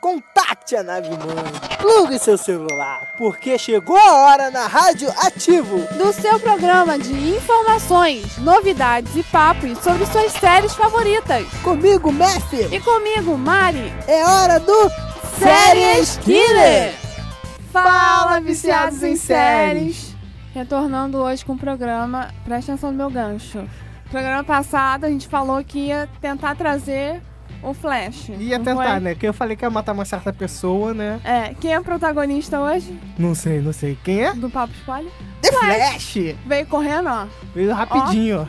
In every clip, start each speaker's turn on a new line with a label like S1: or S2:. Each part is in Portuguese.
S1: Contacte a nave mãe, plugue seu celular, porque chegou a hora na Rádio Ativo.
S2: Do seu programa de informações, novidades e papos sobre suas séries favoritas.
S1: Comigo, Messi,
S2: E comigo, Mari,
S1: é hora do
S2: Séries Killer. Fala, viciados em séries! Retornando hoje com o programa, presta atenção no meu gancho. No programa passado, a gente falou que ia tentar trazer o Flash.
S3: Ia
S2: não
S3: tentar,
S2: foi?
S3: né? Que eu falei que ia matar uma certa pessoa, né?
S2: É, quem é o protagonista hoje
S3: Não sei, não sei. Quem é?
S2: do Papo Spoiler?
S3: The Flash!
S2: Veio correndo, ó.
S3: Veio rapidinho.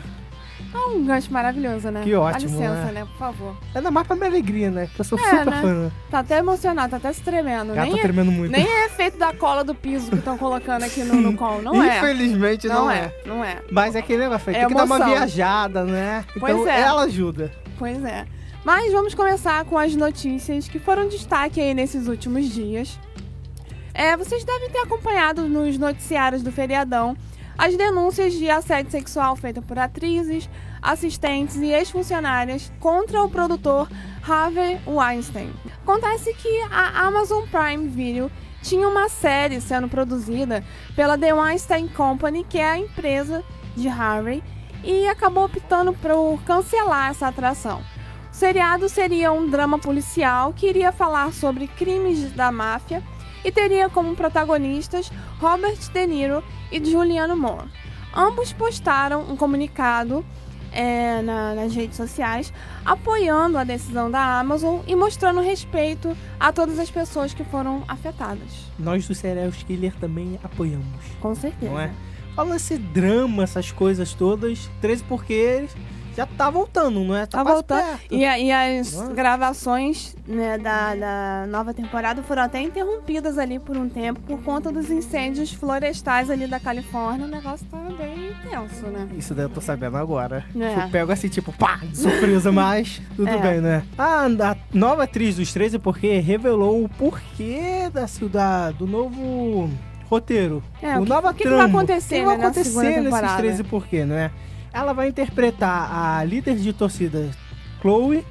S2: Ah, um gancho maravilhoso, né?
S3: Que ótimo,
S2: Dá licença,
S3: né?
S2: né? Por favor.
S3: Ainda mais pra minha alegria, né? Que eu sou
S2: É,
S3: super
S2: né?
S3: fã. né?
S2: Tá até emocionado, tá até se tremendo.
S3: Ah,
S2: Nem
S3: tô
S2: é,
S3: tremendo muito.
S2: nem é efeito da cola do piso que estão colocando aqui no, no colo. Não é.
S3: Infelizmente não, é.
S2: Não é.
S3: Mas é aquele negócio,
S2: É
S3: tem que dar uma
S2: emoção.
S3: viajada, né? Então
S2: Pois é.
S3: ela ajuda.
S2: Pois é. Mas vamos começar com as notícias que foram destaque aí nesses últimos dias. É, vocês devem ter acompanhado nos noticiários do feriadão as denúncias de assédio sexual feita por atrizes, assistentes e ex-funcionárias contra o produtor Harvey Weinstein. Acontece que a Amazon Prime Video tinha uma série sendo produzida pela The Weinstein Company, que é a empresa de Harvey, e acabou optando por cancelar essa atração. O seriado seria um drama policial que iria falar sobre crimes da máfia e teria como protagonistas Robert De Niro e Juliano Moore. Ambos postaram um comunicado é, na- nas redes sociais apoiando a decisão da Amazon e mostrando respeito a todas as pessoas que foram afetadas.
S3: Nós do Serial Killer também apoiamos.
S2: Com certeza.
S3: Não é? Fala esse drama, essas coisas todas. 13 porquês já tá voltando, não é?
S2: Tá
S3: quase
S2: voltando.
S3: perto.
S2: E, a- e as
S3: Nossa.
S2: gravações né, da, da nova temporada foram até interrompidas ali por um tempo por conta dos incêndios florestais ali da Califórnia. O negócio tá bem intenso, né?
S3: Isso daí eu tô sabendo agora.
S2: É.
S3: Eu pego assim, tipo, pá, de surpresa, mas tudo
S2: É.
S3: bem, né? A, a nova atriz dos 13 porque revelou o porquê da, ci- da, do novo roteiro.
S2: É,
S3: o
S2: o que-
S3: nova
S2: o que que vai
S3: trama.
S2: acontecer,
S3: O que vai
S2: né, na
S3: acontecer
S2: segunda
S3: nesses
S2: temporada?
S3: 13 porquê, né? Ela vai interpretar a líder de torcida Chloe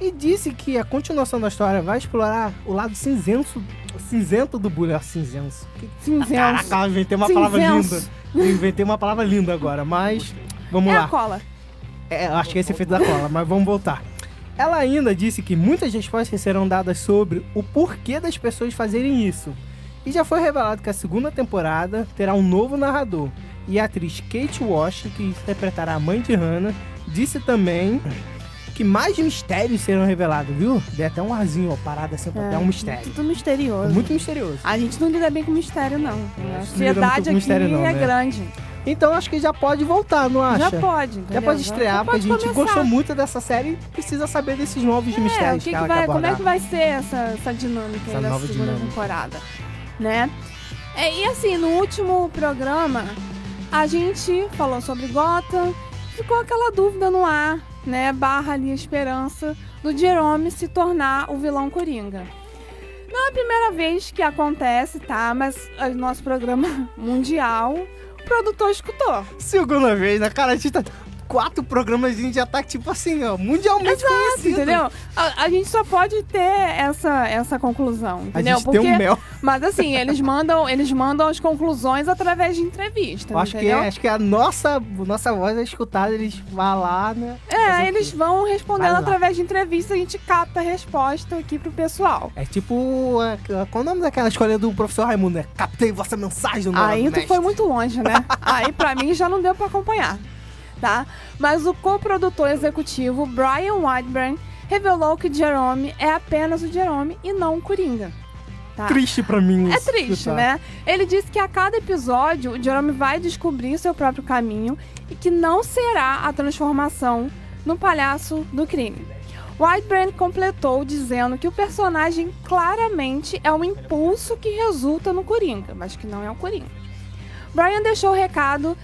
S3: e disse que a continuação da história vai explorar o lado cinzento, cinzento do bullying. Ah, cinzenso.
S2: Cinzentos.
S3: Caraca, eu inventei uma palavra
S2: Cinzenso.
S3: linda. Eu inventei uma palavra linda agora, mas vamos
S2: É
S3: lá.
S2: a cola.
S3: É, eu acho que esse é efeito da cola, mas vamos voltar. Ela ainda disse que muitas respostas serão dadas sobre o porquê das pessoas fazerem isso. E já foi revelado que a segunda temporada terá um novo narrador. E a atriz Kate Walsh, que interpretará a mãe de Hannah, disse também que mais mistérios serão revelados, viu? Dei até um arzinho, ó, parada assim,
S2: É.
S3: pra dar um mistério. É
S2: Tudo misterioso.
S3: Muito misterioso.
S2: É
S3: É,
S2: A gente não lida bem com mistério, não. A
S3: muito
S2: ansiedade
S3: com
S2: aqui
S3: mistério, não,
S2: é
S3: né?
S2: grande.
S3: Então acho que já pode voltar, não acha?
S2: Já pode, entendeu?
S3: Já pode
S2: já
S3: estrear, porque a
S2: pode
S3: gente
S2: começar.
S3: gostou muito dessa série e precisa saber desses novos
S2: É, o
S3: mistérios que,
S2: que que
S3: ela
S2: vai,
S3: quer
S2: como é
S3: abordar.
S2: que vai ser essa, essa dinâmica
S3: Essa
S2: aí da
S3: nova
S2: segunda
S3: dinâmica.
S2: temporada, né? É, e assim, no último programa, a gente falou sobre Gotham, ficou aquela dúvida no ar, né? Barra ali a esperança do Jerome se tornar o vilão Coringa. Não é a primeira vez que acontece, tá? Mas é, o nosso programa mundial, o produtor escutou.
S3: Segunda vez, né? Cara, a gente tá... Quatro programas a gente já tá, tipo assim, ó, mundialmente
S2: Exato,
S3: conhecido.
S2: entendeu? A, a gente só pode ter essa, essa conclusão,
S3: A
S2: entendeu?
S3: gente tem um mel.
S2: Mas assim, eles mandam, eles mandam as conclusões através de entrevista,
S3: Eu Acho que, é,
S2: entendeu?
S3: acho que a nossa, nossa voz é escutada, eles vão lá, né?
S2: É, eles vão respondendo
S3: Vai lá.
S2: através de entrevista, a gente capta a resposta aqui pro pessoal.
S3: É tipo, a, a- qual o nome daquela escolha do professor Raimundo, né? Captei vossa mensagem, não
S2: Aí tu foi muito longe, né? Aí pra mim já não deu pra acompanhar, tá? Mas o coprodutor executivo Brian Whiteburn revelou que Jerome é apenas o Jerome e não o Coringa. Tá?
S3: Triste pra mim
S2: É
S3: isso,
S2: triste,
S3: tá?
S2: né? Ele disse que a cada episódio o Jerome vai descobrir seu próprio caminho e que não será a transformação no palhaço do crime. Whitebrand completou dizendo que o personagem claramente é um impulso que resulta no Coringa, mas que não é o Coringa. Brian deixou o recado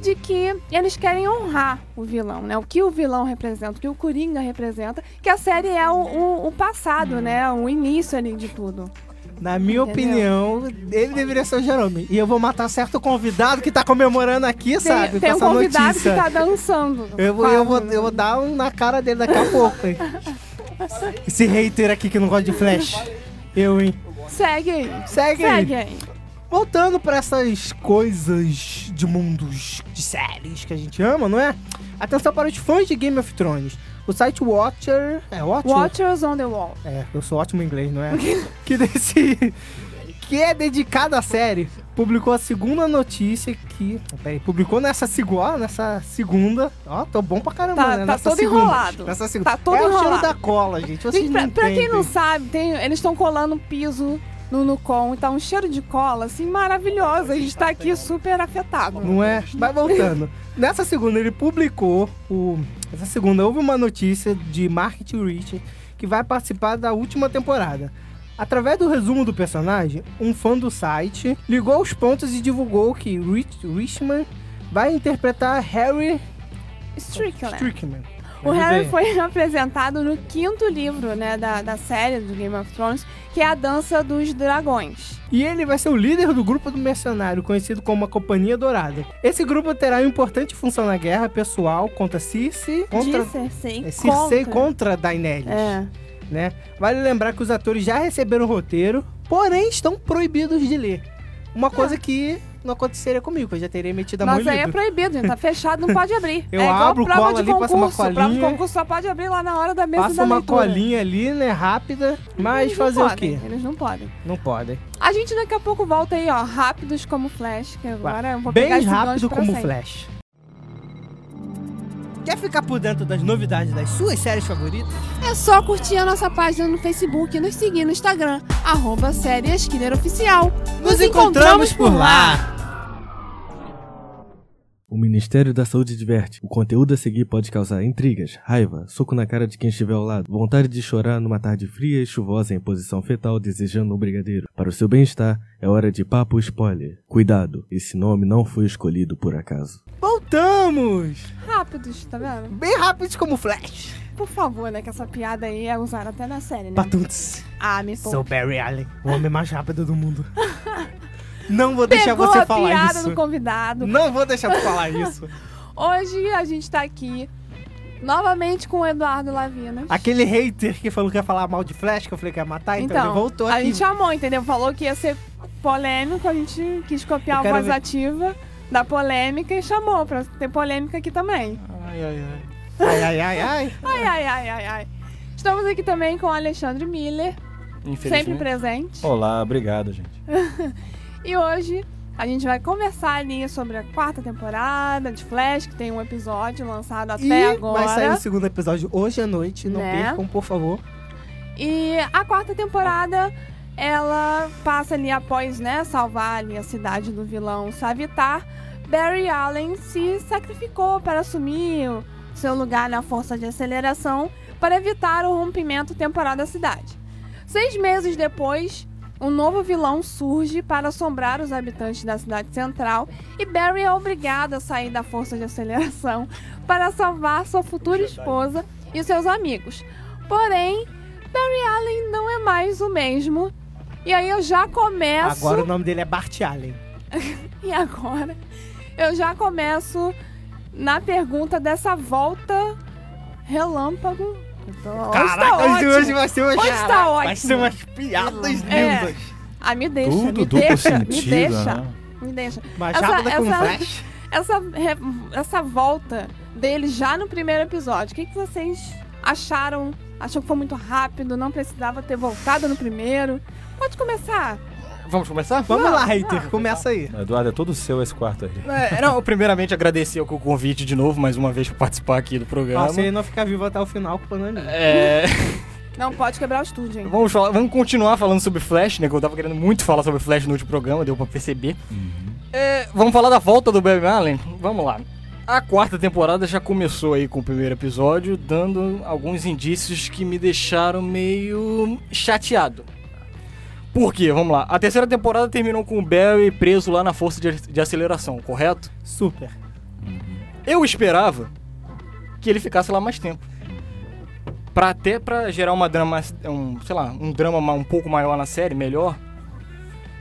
S2: de que eles querem honrar o vilão, né? O que o vilão representa, o que o Coringa representa, que a série é o, o- o passado, né? O início ali de tudo.
S3: Na minha
S2: Entendeu?
S3: opinião, ele deveria ser o Jerome. E eu vou matar certo convidado que tá comemorando aqui,
S2: Tem-
S3: sabe?
S2: Tem,
S3: com
S2: um
S3: essa
S2: convidado
S3: notícia.
S2: que tá dançando.
S3: Eu vou,
S2: Quase,
S3: eu, vou,
S2: né?
S3: eu vou dar um na cara dele daqui a pouco. hein? Esse hater aqui que não gosta de flash. Eu, hein?
S2: Segue aí.
S3: Segue, aí.
S2: Segue aí.
S3: Voltando pra essas coisas de mundos de séries que a gente ama, não é? Atenção para os fãs de Game of Thrones. O site Watcher. É Watcher?
S2: Watchers on the Wall.
S3: É, eu sou ótimo em inglês, não é? que desse. Que é dedicado à série. Publicou a segunda notícia que. Peraí, publicou nessa segunda. Nessa segunda. Ó, tô bom pra caramba,
S2: Tá-
S3: né?
S2: tá
S3: nessa
S2: todo
S3: segunda.
S2: enrolado.
S3: Nessa segunda.
S2: Tá todo
S3: é o cheiro
S2: enrolado.
S3: da cola, gente. Vocês
S2: Gente, pra,
S3: não
S2: pra quem
S3: entendem.
S2: não sabe, tem- eles estão colando um piso no Nucom e tá um cheiro de cola, assim, maravilhoso. A gente tá aqui super afetado.
S3: Não é? Vai voltando. Nessa segunda, ele publicou o. Essa segunda, houve uma notícia de Market Rich que vai participar da última temporada. Através do resumo do personagem, um fã do site ligou os pontos e divulgou que Rich, Richman vai interpretar Harry
S2: Strickland.
S3: Strickman.
S2: é. né? O Harry foi apresentado no quinto livro, né, da, da série do Game of Thrones, que é A Dança dos Dragões.
S3: E ele vai ser o líder do grupo do mercenário, conhecido como a Companhia Dourada. Esse grupo terá uma importante função na guerra pessoal contra Circe, contra
S2: De Cersei
S3: É Circei
S2: contra-
S3: contra Daenerys,
S2: É.
S3: né? Vale lembrar que os atores já receberam o roteiro, porém estão proibidos de ler. Uma coisa que não aconteceria comigo, que eu já teria metido a mão em
S2: Ah. Mas aí é
S3: livro.
S2: proibido, gente, tá fechado, não pode abrir.
S3: Eu
S2: é igual
S3: abro,
S2: prova
S3: colo
S2: de
S3: ali,
S2: concurso.
S3: passo uma
S2: prova de
S3: colinha.
S2: concurso só pode abrir lá na hora da mesa
S3: Passa
S2: da
S3: uma
S2: leitura.
S3: colinha ali, né, rápida, mas
S2: Eles não
S3: fazer o
S2: podem,
S3: quê?
S2: Eles não podem.
S3: Não podem.
S2: A gente daqui a pouco volta aí, ó, rápidos como flash, que agora eu vou pegar
S3: Bem
S2: esse gancho
S3: rápido
S2: pra
S3: como o
S2: sempre.
S3: Flash. Quer ficar por dentro das novidades das suas séries favoritas?
S2: É só curtir a nossa página no Facebook e nos seguir no Instagram, arroba série Skinner Oficial.
S3: Nos encontramos por lá!
S4: O Ministério da Saúde diverte. O conteúdo a seguir pode causar intrigas, raiva, soco na cara de quem estiver ao lado, vontade de chorar numa tarde fria e chuvosa em posição fetal desejando um brigadeiro. Para o seu bem-estar, é hora de papo spoiler. Cuidado, esse nome não foi escolhido por acaso.
S3: Voltamos!
S2: Rápidos, tá vendo?
S3: Bem rápido como o Flash.
S2: Por favor, né, que essa piada aí é usada até na série, né?
S3: Patuntes.
S2: Ah, me poupa.
S3: Sou Barry Allen, o homem mais rápido do mundo. Não vou deixar
S2: Pegou
S3: você
S2: a
S3: falar
S2: piada
S3: isso.
S2: do convidado.
S3: Não vou deixar você falar isso.
S2: Hoje a gente tá aqui novamente com o Eduardo Lavinas.
S3: Aquele hater que falou que ia falar mal de Flash, que eu falei que ia matar, então, ele
S2: Então,
S3: voltou
S2: a
S3: aqui.
S2: gente amou, entendeu? Falou que ia ser polêmico, a gente quis copiar
S3: Eu
S2: a
S3: quero
S2: voz
S3: ver.
S2: ativa da polêmica e chamou pra ter polêmica aqui também.
S3: Ai, ai, ai. Ai, ai, ai, ai.
S2: Ai, ai, ai, ai, ai. Estamos aqui também com o Alexandre Miller, sempre presente.
S5: Olá, obrigado, gente.
S2: E hoje a gente vai conversar ali sobre a quarta temporada de Flash, que tem um episódio lançado até
S3: e
S2: agora.
S3: vai sair o segundo episódio hoje à noite, não
S2: Né?
S3: percam, por favor.
S2: E a quarta temporada, ela passa ali após, né, salvar ali a cidade do vilão Savitar. Barry Allen se sacrificou para assumir o seu lugar na força de aceleração para evitar o rompimento temporal da cidade. Seis meses depois, um novo vilão surge para assombrar os habitantes da cidade central e Barry é obrigado a sair da força de aceleração para salvar sua futura esposa e seus amigos. Porém, Barry Allen não é mais o mesmo. E aí eu já começo.
S3: Agora o nome dele é Bart Allen.
S2: E agora eu já começo na pergunta dessa volta relâmpago. Eu tô- hoje tá
S3: Caraca,
S2: ótimo.
S3: Então, hoje vai ser uma
S2: Hoje tá
S3: Vai
S2: ótimo.
S3: ser umas piadas
S2: É.
S3: lindas.
S2: Ah, me deixa,
S5: Tudo
S2: me
S5: duplo
S2: deixa, me
S5: sentido,
S2: deixa,
S5: né?
S2: me deixa.
S3: Mais
S2: Essa-
S3: rápida como
S2: essa-
S3: Flash.
S2: Essa, re- essa volta dele já no primeiro episódio, o que, que vocês acharam? Achou que foi muito rápido, não precisava ter voltado no primeiro? Pode começar.
S6: Vamos começar?
S3: Vamos
S2: Não,
S3: lá,
S2: não.
S3: hater, começa aí.
S5: Eduardo, é todo seu esse quarto aí.
S6: É, não, primeiramente agradecer o convite de novo, mais uma vez, por participar aqui do programa.
S3: Nossa, se ele não ficar vivo até o final, culpa não é minha.
S6: É,
S2: Não pode quebrar o estúdio, hein?
S6: vamos, falar- vamos continuar falando sobre Flash, né? Que eu tava querendo muito falar sobre Flash no último programa, deu pra perceber. É, vamos falar da volta do Barry Allen? Vamos lá. A quarta temporada já começou aí com o primeiro episódio, dando alguns indícios que me deixaram meio chateado. Por quê? Vamos lá. A terceira temporada terminou com o Barry preso lá na força de- de aceleração, correto?
S3: Super.
S6: Eu esperava que ele ficasse lá mais tempo. Pra até pra gerar uma drama, um, sei lá, um drama ma- um pouco maior na série, melhor.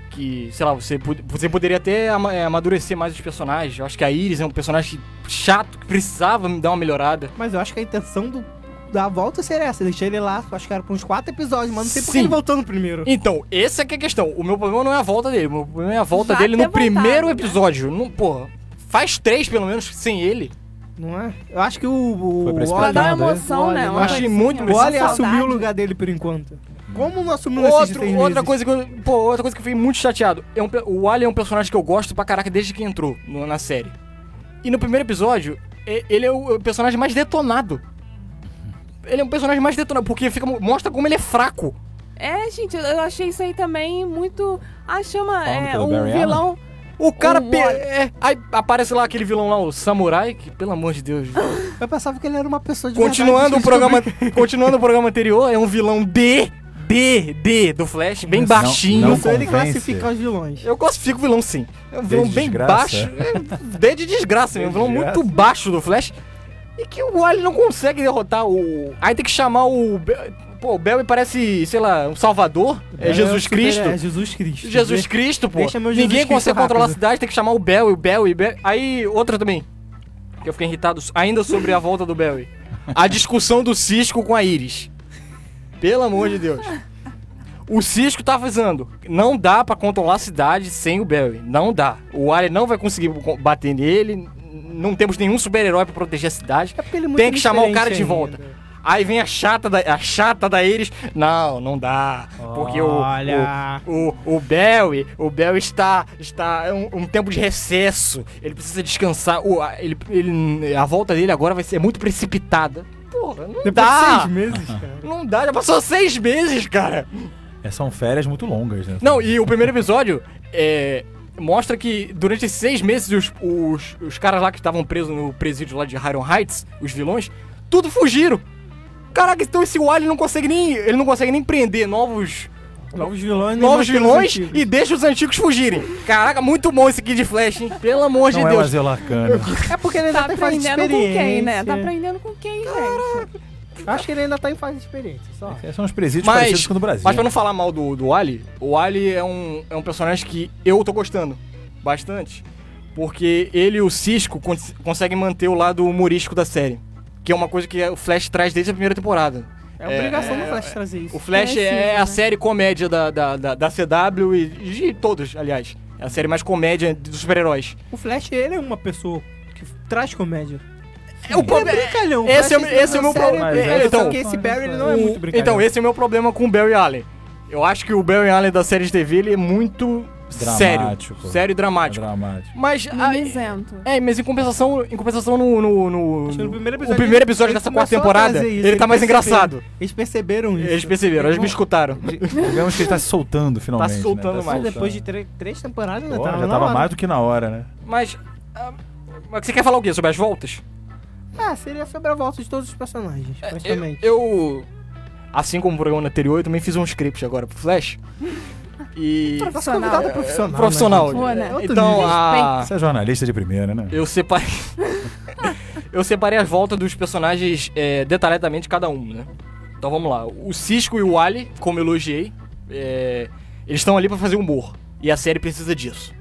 S6: Que, sei lá, você, pod- você poderia até ama- eh, amadurecer mais os personagens. Eu acho que a Iris é um personagem chato, que precisava me dar uma melhorada.
S3: Mas eu acho que a intenção do, do da volta seria essa. Deixei ele lá, acho que era por uns quatro episódios, mas não sei por que
S6: Sim.
S3: ele voltou no primeiro.
S6: Então, essa é que é a questão. O meu problema não é a volta dele. O meu problema é a volta
S2: Já
S6: dele no
S2: ter voltado,
S6: primeiro
S2: né?
S6: episódio. Não, porra, faz três pelo menos sem ele.
S3: Não é? Eu acho que o. o
S5: Foi pra
S3: o
S2: Pra
S5: espantar,
S3: Wally-
S2: dar
S5: Olha,
S2: uma emoção,
S3: olha,
S2: né?
S3: eu
S2: Uma
S6: achei
S2: coisinha,
S6: muito
S2: uma
S3: o Wally
S2: saudade.
S3: assumiu o lugar dele por enquanto.
S6: Hum.
S3: Como não assumiu nesses
S6: Outro,
S3: seis
S6: outra
S3: meses?
S6: coisa que eu, pô, outra coisa que eu fiquei muito chateado. É um pe- o Ali é um personagem que eu gosto pra caraca desde que entrou no- na série. E no primeiro episódio, e- ele é o, o personagem mais detonado. Ele é um personagem mais detonado, porque fica, mostra como ele é fraco.
S2: É, gente, eu- eu achei isso aí também muito. A chama
S5: Falando
S2: é,
S5: pelo
S2: o
S5: Barry
S2: vilão.
S6: O cara.
S2: O
S6: pe-
S2: Wally.
S6: é, aí aparece lá aquele vilão lá, o samurai, que pelo amor de Deus.
S3: Eu pensava que ele era uma pessoa de
S6: continuando o
S3: verdade, descobri
S6: programa, continuando o programa anterior, é um vilão D, D, D do Flash, bem
S5: Não-
S6: baixinho.
S5: não
S3: Isso ele
S5: convence.
S3: classifica os vilões.
S6: Eu classifico o vilão sim. É um
S5: D
S6: vilão
S5: de
S6: bem
S5: desgraça.
S6: baixo. É, D de desgraça, mesmo. um
S5: D de
S6: vilão
S5: desgraça.
S6: muito baixo do Flash. E que o Wally não consegue derrotar o. Aí tem que chamar o. Be- Pô, o Bell parece, sei lá, um salvador. É, Jesus
S3: super-
S6: Cristo.
S3: É Jesus Cristo.
S6: Jesus Cristo, pô.
S3: Deixa meu Jesus
S6: Ninguém
S3: Cristo
S6: consegue
S3: rápido.
S6: controlar a cidade, tem que chamar o Bell, o Bell, o Bell. Aí, outra também. Que eu fiquei irritado ainda sobre a volta do Bell. A discussão do Cisco com a Iris. Pelo amor de Deus. O Cisco tá avisando, não dá pra controlar a cidade sem o Barry, não dá. O Alien não vai conseguir co- bater nele, n- não temos nenhum super-herói pra proteger a cidade.
S3: É porque ele é muito
S6: Tem que chamar o
S3: diferente
S6: cara de
S3: ainda.
S6: volta. Aí vem a chata da a chata da Iris, não, não dá, porque o- o
S3: Olha.
S6: o, o Barry, o Barry está, está é um, um tempo de recesso. Ele precisa descansar. O, a, ele, ele- a volta dele agora vai ser muito precipitada. Porra, não
S3: Depois de
S6: dá.
S3: seis meses, cara.
S6: não dá, já passou seis meses, cara.
S5: É, são férias muito longas, né?
S6: Não, e o primeiro episódio é, mostra que durante esses seis meses os, os, os caras lá que estavam presos no presídio lá de Hiron Heights, os vilões, tudo fugiram. Caraca, então esse Wally não consegue nem. Ele não consegue nem prender novos
S3: Novos vilões. nem
S6: novos
S3: mantendo os
S6: vilões
S3: antigos.
S6: e deixa os antigos fugirem. um Caraca, muito bom esse aqui de Flash, hein? Pelo amor de
S5: não é
S6: Deus.
S5: Lazer Larcana.
S3: É porque ele ainda
S2: Tá
S3: tá, em fase de
S2: aprendendo com
S3: experiência.
S2: quem, né? Tá aprendendo com quem, gente?
S3: Acho que ele ainda tá em fase de experiência, só.
S5: É, São os presídios
S6: Mas-
S5: parecidos com o do Brasil.
S6: Mas pra não falar mal do, do Ali, o Ali é um, é um personagem que eu tô gostando bastante. Porque ele e o Cisco cons- conseguem manter o lado humorístico da série. Que é uma coisa que o Flash traz desde a primeira temporada.
S3: É obrigação do Flash trazer isso.
S6: O Flash é
S2: Precisa,
S6: a
S2: né?
S6: série comédia da, da, da, da CW e de todos, aliás. É a série mais comédia dos super-heróis.
S3: O Flash, ele é uma pessoa que traz comédia.
S6: É
S3: Ele
S6: o
S3: é
S6: problema.
S3: brincalhão.
S6: esse é o-
S3: Flash tem
S6: esse é o
S3: uma
S6: meu
S3: série
S6: problema.
S3: brincalhão,
S6: Então-
S3: só que esse Barry ele não é muito brincalhão.
S6: Então, esse é o meu problema com o Barry Allen. Eu acho que o Barry Allen da série de TV ele é muito
S5: Dramático.
S6: sério. Sério e
S5: É
S6: dramático.
S5: dramático.
S6: Mas.
S2: Não
S6: a-
S2: isento.
S6: é, mas em compensação, em compensação no. no, no-
S3: Acho que no primeiro episódio
S6: o primeiro
S3: ele-
S6: episódio
S3: ele
S6: dessa quarta
S3: começou a
S6: temporada,
S3: trazer isso,
S6: ele tá
S3: eles
S6: mais
S3: perceberam.
S6: engraçado.
S3: Eles perceberam isso.
S6: Eles perceberam, eles me escutaram.
S5: Digamos que ele tá se soltando finalmente. né?
S6: soltando mais.
S3: Mas depois de tre- três temporadas, né?
S5: Pô,
S3: tava
S5: já
S3: na
S5: tava
S3: hora.
S5: mais do que na hora, né?
S6: Mas. ah, mas você quer falar o quê? Sobre as voltas?
S3: Ah, seria sobre a volta de todos os personagens, praticamente.
S6: É, Eu. Assim como o programa anterior, eu também fiz um script agora pro Flash. E.
S3: Nosso
S2: Profissional.
S3: convidado é profissional. né,
S6: Profissional.
S3: gente?
S2: Pô, né?
S3: É outro
S6: Então,
S3: nível.
S6: a.
S5: Você é jornalista de primeira, né?
S6: Eu separei. eu separei as voltas dos personagens é, detalhadamente cada um, né? Então vamos lá. O Cisco e o Ali, como eu elogiei, é, eles estão ali pra fazer humor. E a série precisa disso.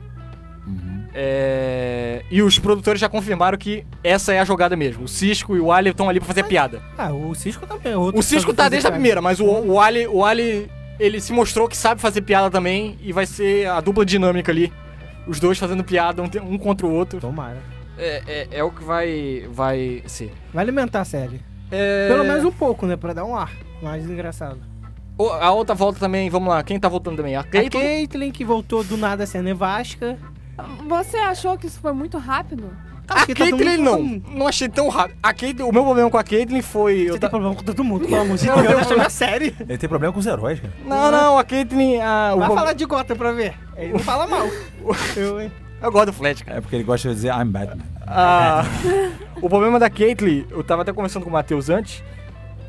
S6: É, e os produtores já confirmaram que essa é a jogada mesmo. O Cisco e o Ali estão ali pra fazer piada.
S3: Ah, o Cisco também é outro.
S6: O Cisco
S3: sabe
S6: tá
S3: fazer
S6: desde a
S3: piada.
S6: primeira, mas o, o Ali, o Ali, ele se mostrou que sabe fazer piada também e vai ser a dupla dinâmica ali. Os dois fazendo piada um te- um contra o outro.
S3: Tomara.
S6: É, é, é o que vai, vai ser.
S3: Vai alimentar a série.
S6: É,
S3: Pelo menos um pouco, né? Pra dar um ar. Mais engraçado.
S6: o- a outra volta também, vamos lá, quem tá voltando também? A
S3: A
S6: Clayton?
S3: Caitlyn, que voltou do nada assim, a ser nevasca.
S2: Você achou que isso foi muito rápido?
S6: A
S3: que tá todo
S6: Caitlyn
S3: mundo
S6: não,
S3: falando.
S6: não achei tão rápido. A Caitlyn, o meu problema com a Caitlyn foi... eu tá-
S3: Você
S6: ta-
S3: tem problema com todo mundo, pelo amor de Deus. tá- Eu achei uma série.
S5: Ele tem problema com os heróis, cara.
S6: Não, não, a Caitlyn... A, o
S3: Vai
S6: pro-
S3: falar de Gotham pra ver. Ele não fala mal. Eu, hein?
S6: Eu gosto do Flash, cara.
S5: É porque ele gosta de dizer I'm Batman.
S6: Ah, o problema da Caitlyn, eu tava até conversando com o Matheus antes,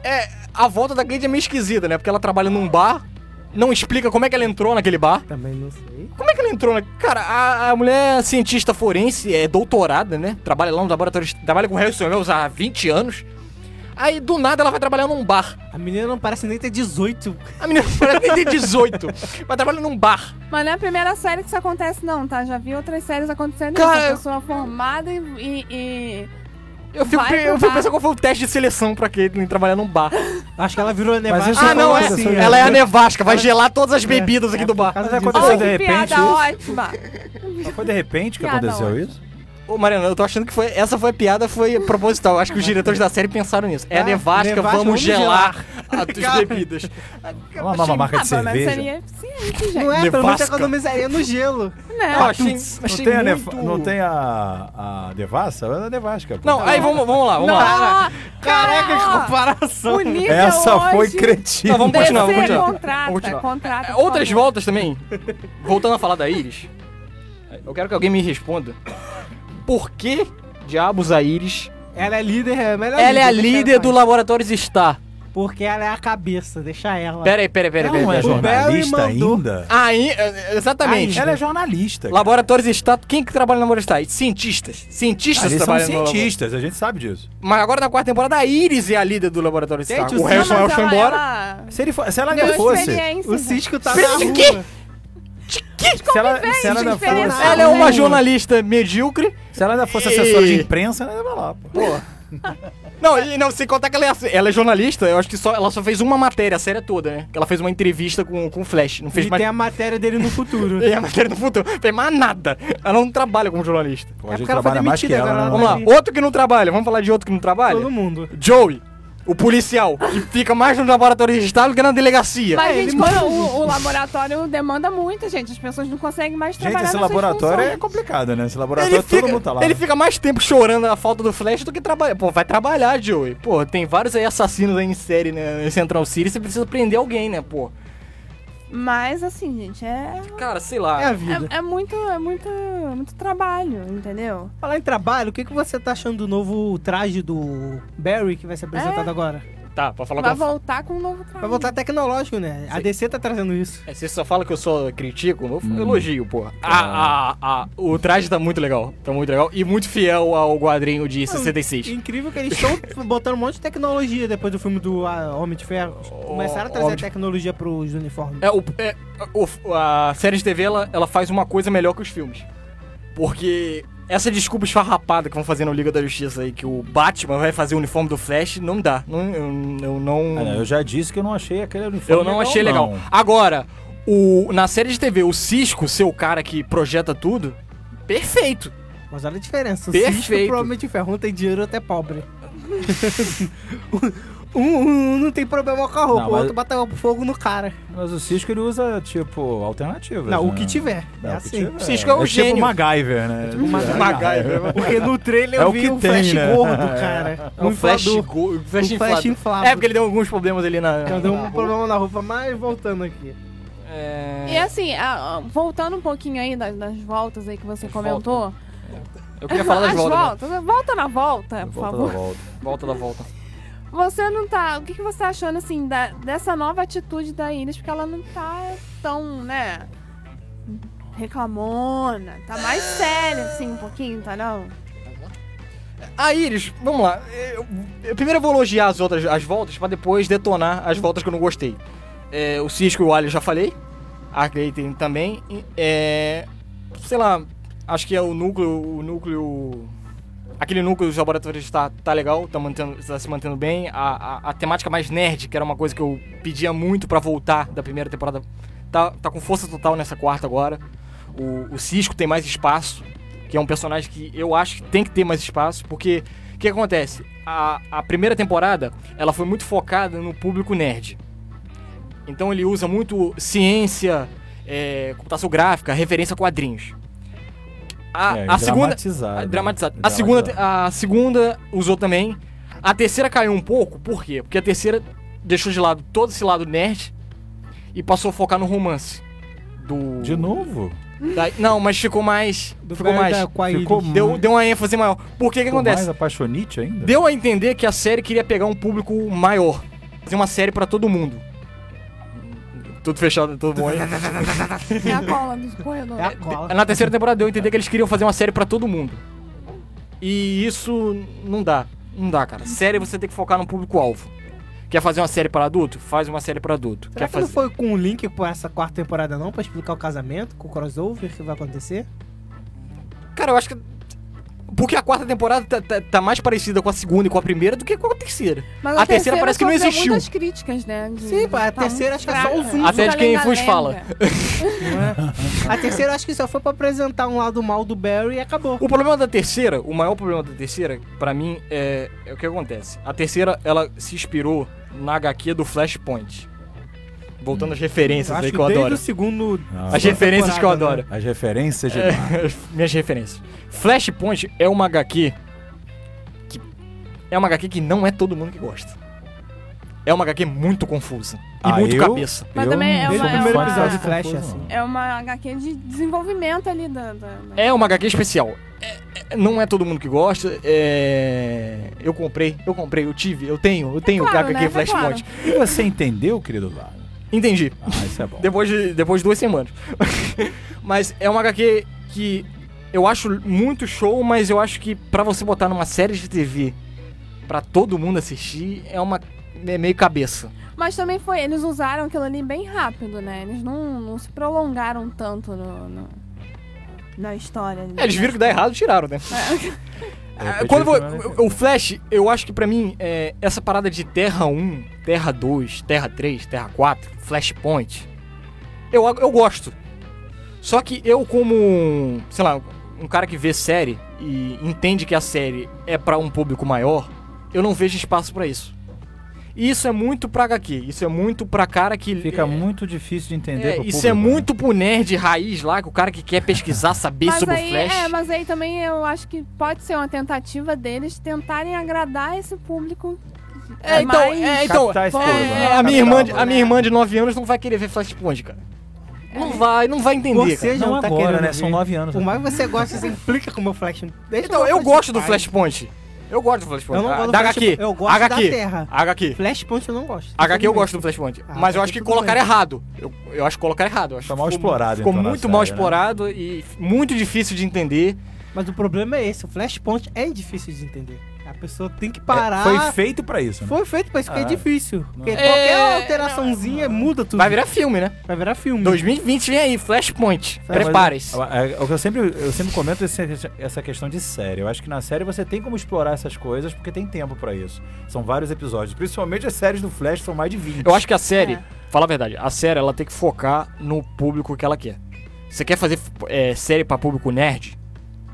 S6: é a volta da Caitlyn é meio esquisita, né? Porque ela trabalha num bar, não explica como é que ela entrou naquele bar.
S3: Também não sei.
S6: Como é que ela entrou na. Cara, a, a mulher é cientista forense, é doutorada, né? Trabalha lá no laboratório. Trabalha com Harrison Wells há 20 anos. Aí, do nada, ela vai trabalhar num bar.
S3: A menina não parece nem ter 18.
S6: A menina parece que tem 18. Vai trabalhar num bar.
S2: Mas não é a primeira série que isso acontece, não, tá? Já vi outras séries acontecendo.
S6: Cara,
S2: essa
S6: eu-
S2: pessoa formada e. e, e-
S6: Eu fico,
S2: Vai
S6: pe-
S2: pro
S6: eu fico
S2: bar.
S6: pensando qual foi o teste de seleção pra quem trabalhar num bar.
S3: Acho que ela virou a nevasca.
S5: isso
S6: Ah, não, é.
S5: assim,
S6: ela é a nevasca, vai gelar todas as bebidas aqui do bar.
S5: Mas aconteceu
S2: Oh,
S5: de
S2: que
S5: repente
S2: piada
S5: isso?
S2: ótima.
S5: Foi de repente que
S2: Piada
S5: aconteceu
S2: ótima.
S5: isso?
S6: Ô, Mariana, eu tô achando que foi, essa foi a piada, foi proposital. Acho que os diretores da série pensaram nisso. É
S3: Ah,
S6: nevasca,
S3: nevasca,
S6: vamos,
S3: vamos
S6: gelar as bebidas.
S5: É uma nova marca de
S2: Ah,
S6: né?
S2: mas
S5: cerveja.
S2: seria eficiente, gente.
S3: Não é, pelo menos
S6: Nevasca.
S3: economizaria no gelo.
S2: Né?
S6: Eu achei,
S5: Não
S6: achei
S5: tem,
S6: muito...
S5: a neva- não tem a, a Devassa? É a Devasca. pô.
S6: Não, aí vamos, vamos lá, vamos lá.
S2: Ó,
S3: Caraca, que
S2: cara, ó,
S3: comparação.
S2: o
S6: Tá
S2: nível
S5: Essa foi
S2: hoje-
S5: cretina.
S6: Não, vamos continuar, vamos
S2: Descer,
S6: continuar.
S2: contrata,
S6: Vamos continuar.
S2: contrata, por
S6: Outras
S2: favor.
S6: voltas também. Voltando a falar da Iris. Eu quero que alguém me responda. Por que diabos a Iris?
S3: Ela é líder, é a melhor
S6: Ela é a
S3: deixa ela
S6: líder do
S3: mais.
S6: Laboratórios Star.
S3: Porque ela é a cabeça, deixa ela.
S6: Pera aí, pera aí, pera aí.
S3: Não,
S6: pera aí,
S5: Ela é
S6: pera aí.
S3: o Barry
S5: jornalista
S3: mandou.
S5: ainda?
S6: Aí, é, é, exatamente.
S5: Ela é jornalista. cara.
S6: Laboratórios Star, quem que trabalha no Laboratório Star? Cientistas. Cientistas
S5: Eles são
S6: trabalham no
S5: cientistas, a gente sabe disso.
S6: labo- Mas agora na quarta temporada a Iris é a líder do Laboratório Star.
S3: Gente, o
S6: o
S2: Não,
S6: Harrison
S2: mas
S6: Wells foi
S2: ela-
S6: embora.
S2: ela-
S5: Se, ele fo- se ela
S2: deu
S5: ainda fosse.
S2: experiência,
S3: O
S2: gente.
S3: Cisco tá
S6: Pera,
S3: na
S6: de
S3: rua.
S6: quê?
S5: Se ela,
S2: Convivência,
S5: se ela ainda
S2: diferença.
S5: fosse,
S6: Ela é uma
S2: Não.
S6: jornalista medíocre.
S5: se ela ainda fosse
S6: Ei.
S5: assessora de imprensa, ela ia lá, pô.
S6: Não, e não, sem contar que ela é, ass- ela é jornalista, eu acho que só, ela só fez uma matéria, a série toda, né? Que Ela fez uma entrevista com, com o Flash, não fez
S3: E
S6: mais...
S3: tem a matéria dele no futuro.
S6: E a matéria do futuro, não fez mais nada. Ela não trabalha como jornalista.
S5: Pô,
S3: É
S5: a gente
S3: porque ela foi
S5: trabalha mais que
S3: demitida,
S5: ela.
S3: agora
S5: né?
S3: ela
S6: Vamos lá,
S3: Sim.
S6: outro que não trabalha, vamos falar de outro que não trabalha?
S3: Todo mundo.
S6: Joey, o policial, que fica mais no laboratório de estado que na delegacia.
S2: Mas,
S3: ele
S2: gente,
S3: manda-
S2: quando o, o laboratório demanda muito, gente. As pessoas não conseguem mais
S5: Gente,
S2: trabalhar
S5: esse
S2: nessas
S5: laboratório é
S2: funções.
S5: complicado, né? Esse laboratório
S6: Ele
S5: todo
S6: fica,
S5: mundo tá lá.
S6: ele
S5: né?
S6: fica mais tempo chorando a falta do Flash do que trabalhar. Pô, vai trabalhar, Joey. Pô, tem vários aí assassinos aí em série, né? Em Central City, você precisa prender alguém, né, pô?
S2: Mas, assim, gente, é...
S6: Cara, sei lá.
S3: É a vida.
S2: É, é muito, é muito, muito trabalho, entendeu?
S3: Falar em trabalho, o que, que você tá achando do novo traje do Barry que vai ser apresentado agora?
S6: Tá, pra falar
S2: Vai
S6: com a-
S2: voltar com um novo trabalho.
S3: Vai voltar tecnológico, né? A DC tá trazendo isso.
S6: É, você só fala que eu só critico, eu
S5: Uhum.
S6: elogio, pô.
S5: Ah.
S6: A, a, a, Ah, o traje tá muito legal, tá muito legal. E muito fiel ao quadrinho de 66.
S3: Incrível que eles estão botando um monte de tecnologia depois do filme do ah, Homem de Ferro. Começaram a trazer
S6: Homem de-
S3: tecnologia pros uniformes.
S6: É, o, é, o- a série de TV, ela, ela faz uma coisa melhor que os filmes. Porque essa desculpa esfarrapada que vão fazer no Liga da Justiça aí, que o Batman vai fazer o uniforme do Flash, não dá. Não, eu, eu não...
S5: Ah, não, eu já disse que eu não achei aquele uniforme. é
S6: Eu não achei legal.
S5: não.
S6: Agora, o, na série de TV, o Cisco, seu cara que projeta tudo, perfeito.
S3: Mas olha a diferença. O
S6: Perfeito.
S3: Cisco pro Homem de Ferro um tem dinheiro até pobre. um, um não tem problema com a roupa,
S5: Não,
S3: o
S5: mas-
S3: outro bota fogo no cara.
S5: Mas o Cisco ele usa, tipo, alternativas.
S3: Não,
S5: né?
S3: o que tiver.
S5: Não,
S3: é
S5: o que
S3: assim.
S5: tiver.
S6: Cisco é o
S5: Tipo
S6: gênio.
S5: MacGyver,
S6: É
S5: né?
S6: tipo
S3: É. Porque no trailer
S5: É
S3: eu
S5: o
S3: vi
S5: que
S3: um
S5: tem,
S3: flash
S5: né?
S3: gordo, cara. Um
S6: É o Flash,
S3: inflador.
S6: go- o flash,
S3: O Flash
S6: inflado.
S3: inflado.
S6: É, porque ele deu alguns problemas ali na...
S3: Eu dei um problema na roupa, mas voltando aqui.
S6: É,
S2: E assim, a- a- voltando um pouquinho aí das, das voltas aí que você
S6: As
S2: comentou.
S6: Eu queria falar das
S2: As
S6: voltas. né?
S2: voltas. Volta na volta, por
S5: Volta
S2: favor.
S5: da volta.
S6: Volta da volta.
S2: Você não tá. O que, que você tá achando, assim, da- dessa nova atitude da Iris? Porque ela não tá tão, né? Reclamona. Tá mais séria, assim, um pouquinho, tá não?
S6: A Iris, vamos lá. Eu, eu primeiro eu vou elogiar as outras as voltas pra depois detonar as voltas que eu não gostei. É, o Cisco e o Ali eu já falei. A Clayton também. E, É, sei lá, acho que é o núcleo. O núcleo. Aquele núcleo dos laboratórios tá, tá legal, tá, mantendo, tá se mantendo bem. A, a, a temática mais nerd, que era uma coisa que eu pedia muito pra voltar da primeira temporada, tá, tá com força total nessa quarta agora. O, o Cisco tem mais espaço, que é um personagem que eu acho que tem que ter mais espaço, porque o que acontece? A, a primeira temporada ela foi muito focada no público nerd. Então ele usa muito ciência, é, computação gráfica, referência a quadrinhos. A,
S5: É,
S6: a segunda.
S5: dramatizado,
S6: Ah,
S5: né?
S6: Dramatizado. A segunda, a segunda usou também. A terceira caiu um pouco, por quê? Porque a terceira deixou de lado todo esse lado nerd e passou a focar no romance. Do.
S5: De novo?
S6: da- não, mas ficou mais. ficou
S3: Barry
S6: mais.
S3: da- com a Iris.
S5: Ficou-
S6: Deu, deu uma ênfase maior. Por que que
S5: Ficou
S6: acontece?
S5: Mais apaixonite ainda?
S6: Deu a entender que a série queria pegar um público maior. Fazer uma série pra todo mundo. Tudo fechado, todo mundo. aí.
S2: É a cola do corredor.
S3: É a cola.
S6: Na terceira temporada deu a entender que eles queriam fazer uma série pra todo mundo. E isso não dá. Não dá, cara. Série você tem que focar no público-alvo. Quer fazer uma série pra adulto? Faz uma série pra adulto.
S3: Será
S6: Quer
S3: que não foi
S6: fazer...
S3: com um link pra essa quarta temporada não? Pra explicar o casamento, com o crossover que vai acontecer?
S6: Cara, eu acho que. Porque a quarta temporada tá, tá- tá mais parecida com a segunda e com a primeira do que com a terceira.
S2: Mas
S6: a, terceira, parece que não
S2: sofreu
S6: existiu.
S2: muitas críticas, né? de-
S3: Sim, pô, a
S2: tá muito
S3: terceira acho que é só
S2: fraca.
S3: o zoom.
S6: Até de quem
S2: Lenga-lenga.
S6: vos fala.
S3: né? A terceira eu acho que só foi pra apresentar um lado mal do Barry e acabou.
S6: O problema da terceira, o maior problema da terceira, pra mim, é, é o que acontece. A terceira, ela se inspirou na HQ do Flashpoint. Voltando às referências aí que eu
S3: Hum. desde
S6: adoro.
S3: o segundo.
S5: Ah,
S6: As referências que eu
S3: temporada, né?
S6: adoro.
S5: As referências de
S6: É,
S5: lá.
S6: Minhas referências. Flashpoint é uma HQ que é uma HQ que não é todo mundo que gosta. É uma HQ muito confusa e
S5: Ah,
S6: muito
S5: eu?
S6: cabeça.
S2: Mas também é
S5: não
S2: uma-
S5: sou
S2: é
S5: muito fã
S2: uma-
S5: de
S2: episódio
S5: Flash,
S3: Flash,
S5: não.
S3: assim.
S2: É uma HQ de desenvolvimento ali da. da- da-
S6: É uma HQ especial. É- é- não é todo mundo que gosta. é, Eu comprei, eu comprei, eu tive, eu tenho, eu tenho
S2: claro,
S6: HQ
S2: né? É
S6: Flashpoint.
S5: E você entendeu, querido Lado?
S6: Entendi.
S5: Ah, isso é bom.
S6: Depois de, depois de duas semanas. mas é uma HQ que eu acho muito show, mas eu acho que pra você botar numa série de TV pra todo mundo assistir é uma é meio cabeça.
S2: Mas também foi. Eles usaram aquilo ali bem rápido, né? Eles não, não se prolongaram tanto no, no- na história. ali.
S6: É, eles viram que dá errado, tiraram, né? Ah, Quando eu-
S5: é
S6: o Flash, eu acho que pra mim é, essa parada de Terra 1, Terra 2, Terra 3, Terra 4, Flashpoint, eu eu gosto. Só que eu como, um, sei lá, um cara que vê série e entende que a série é pra um público maior, eu não vejo espaço pra isso. E isso é muito pra HQ, isso é muito pra cara que
S5: Fica
S6: é,
S5: muito difícil de entender.
S6: é,
S5: pro
S6: isso
S5: público,
S6: é
S5: né?
S6: muito pro nerd raiz lá, que o cara que quer pesquisar, saber
S2: Mas
S6: sobre
S2: aí,
S6: o Flash.
S2: é, mas aí também eu acho que pode ser uma tentativa deles tentarem agradar esse público.
S6: É, então,
S2: mais-
S6: é, então,
S5: Captar esse
S6: é,
S5: público,
S6: é,
S5: né?
S6: a, minha irmã, de-
S2: Capital,
S6: a minha
S2: né? É.
S6: irmã de 9 anos não vai querer ver Flashpoint, cara. Não vai, não vai entender.
S3: Ou
S6: cara.
S3: seja,
S5: Não
S3: tá
S5: agora,
S3: querendo
S5: né? São
S3: ver.
S5: nove anos.
S3: Por mais que você goste, você implica com o meu Flash. Deixa
S6: Então,
S3: meu
S6: eu
S3: Flash
S6: gosto do
S3: em paz.
S6: Flashpoint. Eu gosto do
S3: Eu
S6: Flashpoint.
S3: não
S6: Ah,
S3: gosto do
S6: da
S3: Flash-
S6: HQ.
S3: eu gosto da
S6: HQ.
S3: Terra.
S6: HQ.
S3: Flashpoint eu não gosto.
S6: HQ eu gosto do Flashpoint.
S3: Ah,
S6: mas eu
S3: tá
S6: acho que
S3: tudo
S6: colocaram
S3: bem.
S6: errado. Eu, eu acho que colocaram errado. Eu acho
S5: Tá
S6: que
S5: mal
S6: ficou-
S5: explorado,
S6: Ficou
S5: então, na
S6: muito mal
S5: série, né?
S6: explorado e f- muito difícil de entender.
S3: Mas o problema é esse, o Flashpoint é difícil de entender. A pessoa tem que
S5: É,
S3: parar.
S5: Foi feito pra isso, né?
S3: Foi feito pra isso que é,
S5: Ah, é.
S3: difícil. Porque
S5: É,
S3: qualquer alteraçãozinha muda tudo. Hum.
S6: Vai virar filme, né?
S3: Vai virar filme.
S6: 2020 vem aí, Flashpoint.
S5: É, mas-
S6: Prepare-se.
S5: É, é, o que eu sempre, eu sempre comento é essa essa questão de série. Eu acho que na série você tem como explorar essas coisas porque tem tempo pra isso. São vários episódios. Principalmente as séries do Flash são mais de 20.
S6: Eu acho que a série,
S2: É.
S6: fala a verdade, a série ela tem que focar no público que ela quer. Você quer fazer é, série pra público nerd?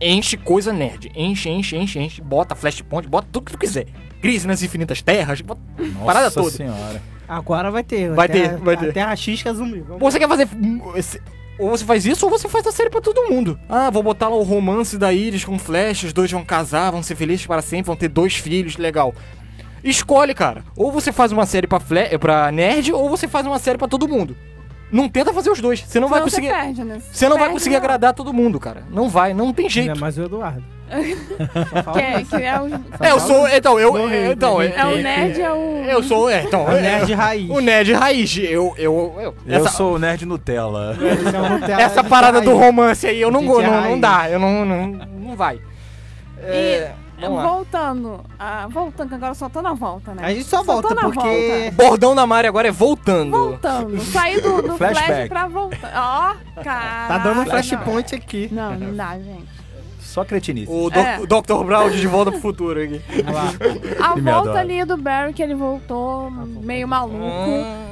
S6: Enche coisa nerd. Enche, enche, enche, enche. Bota flashpoint, bota tudo que tu quiser. Crise nas infinitas terras. Bota...
S5: Nossa
S6: parada toda.
S5: senhora.
S3: Agora vai ter.
S6: Vai
S3: a
S6: ter,
S3: terra,
S6: vai ter.
S3: A terra X que é zumbi. Vamos-
S6: Ou Você quer fazer... hum, Ou você faz isso ou você faz a série pra todo mundo. Ah, vou botar lá o romance da Iris com Flash, os dois vão casar, vão ser felizes para sempre, vão ter dois filhos, legal. Escolhe, cara. Ou você faz uma série pra, fle- eh, pra nerd ou você faz uma série pra todo mundo. Não tenta fazer os dois, você não vai
S2: Senão
S6: conseguir...
S2: Você, perde, né?
S6: Você não vai
S2: Perde,
S6: conseguir
S2: né?
S6: agradar todo mundo, cara. Não vai, não tem
S3: Ainda
S6: jeito.
S3: mais o Eduardo.
S2: Que é, que é o,
S6: É, eu sou. Então, eu. Então,
S2: é o nerd, é o.
S6: Eu sou. É, então.
S3: É o nerd raiz.
S6: O nerd raiz. Eu. eu, eu-
S5: Eu
S6: essa,
S5: sou o nerd Nutella.
S3: Esse é o Nutella
S6: essa
S3: de
S6: parada
S3: raiz.
S6: do romance aí, eu não, go-
S3: Gente, é
S6: não, não
S3: raiz.
S6: dá. Eu não. Não, não vai. É, vamos lá.
S2: Voltando, ah, voltando, que agora eu só tô na volta, né?
S3: A gente só
S2: tô
S3: volta
S2: na
S3: porque.
S6: Bordão da Mari agora é voltando.
S2: Voltando, saí do, do flash
S5: Flashback.
S2: pra voltar. Ó, cara.
S3: Tá dando um flashpoint aqui.
S2: Não, não dá, gente.
S5: Só cretinice.
S6: O, Ah, doc-
S2: É.
S6: o Dr. Brown de volta pro futuro aqui.
S2: A
S5: Me adora.
S2: volta ali do Barry, que ele voltou meio maluco,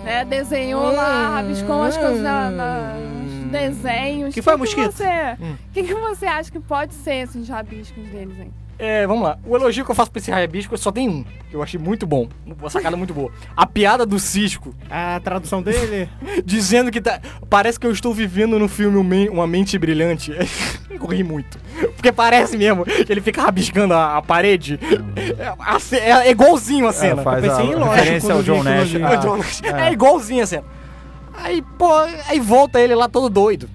S2: né? Desenhou lá, rabiscou as coisas na, na- nos desenhos.
S6: Que foi,
S2: que
S6: mosquito?
S2: você-
S3: Hum.
S2: O que, que você acha que pode ser esses rabiscos deles, hein?
S6: É, vamos lá. O elogio que eu faço pra esse rabisco só tem um, que eu achei muito bom. Uma sacada muito boa. A piada do Cisco
S3: A tradução dele.
S6: dizendo que tá. Parece que eu estou vivendo no filme um men- Uma Mente Brilhante. Eu ri muito. Porque parece mesmo que ele fica rabiscando a, a parede. É, a ce- é- é igualzinho a cena.
S5: faz
S3: pensei em
S5: a
S3: lógico
S5: referência ao
S3: quando
S5: John
S3: vi aquilo
S5: Nash.
S3: ali.
S6: É,
S5: Ah,
S6: John Nash. É igualzinho a cena. Aí, pô, aí volta ele lá todo doido.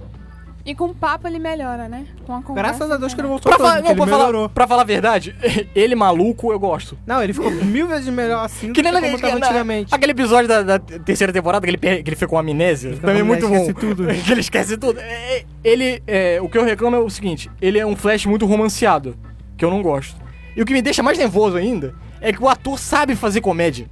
S2: E com o papo ele melhora, né? Com a conversa.
S3: Graças a Deus que ele voltou.
S6: Pra, fa-
S3: todo,
S6: não,
S3: porque
S6: pra
S3: ele
S6: falar,
S3: melhorou.
S6: pra falar a verdade, ele maluco eu gosto.
S3: Não, ele ficou mil vezes melhor assim
S6: Que nem
S3: do
S6: na,
S3: que como tava
S6: na-
S3: antigamente.
S6: aquele episódio da, da terceira temporada que ele, per- que ele ficou com amnésia.
S3: fica
S6: também
S3: com
S6: muito bom.
S3: amnésia, esquece tudo.
S6: que ele esquece tudo. É, é, Ele, é, o que eu reclamo é o seguinte: ele é um flash muito romanceado, que eu não gosto. E o que me deixa mais nervoso ainda é que o ator sabe fazer comédia.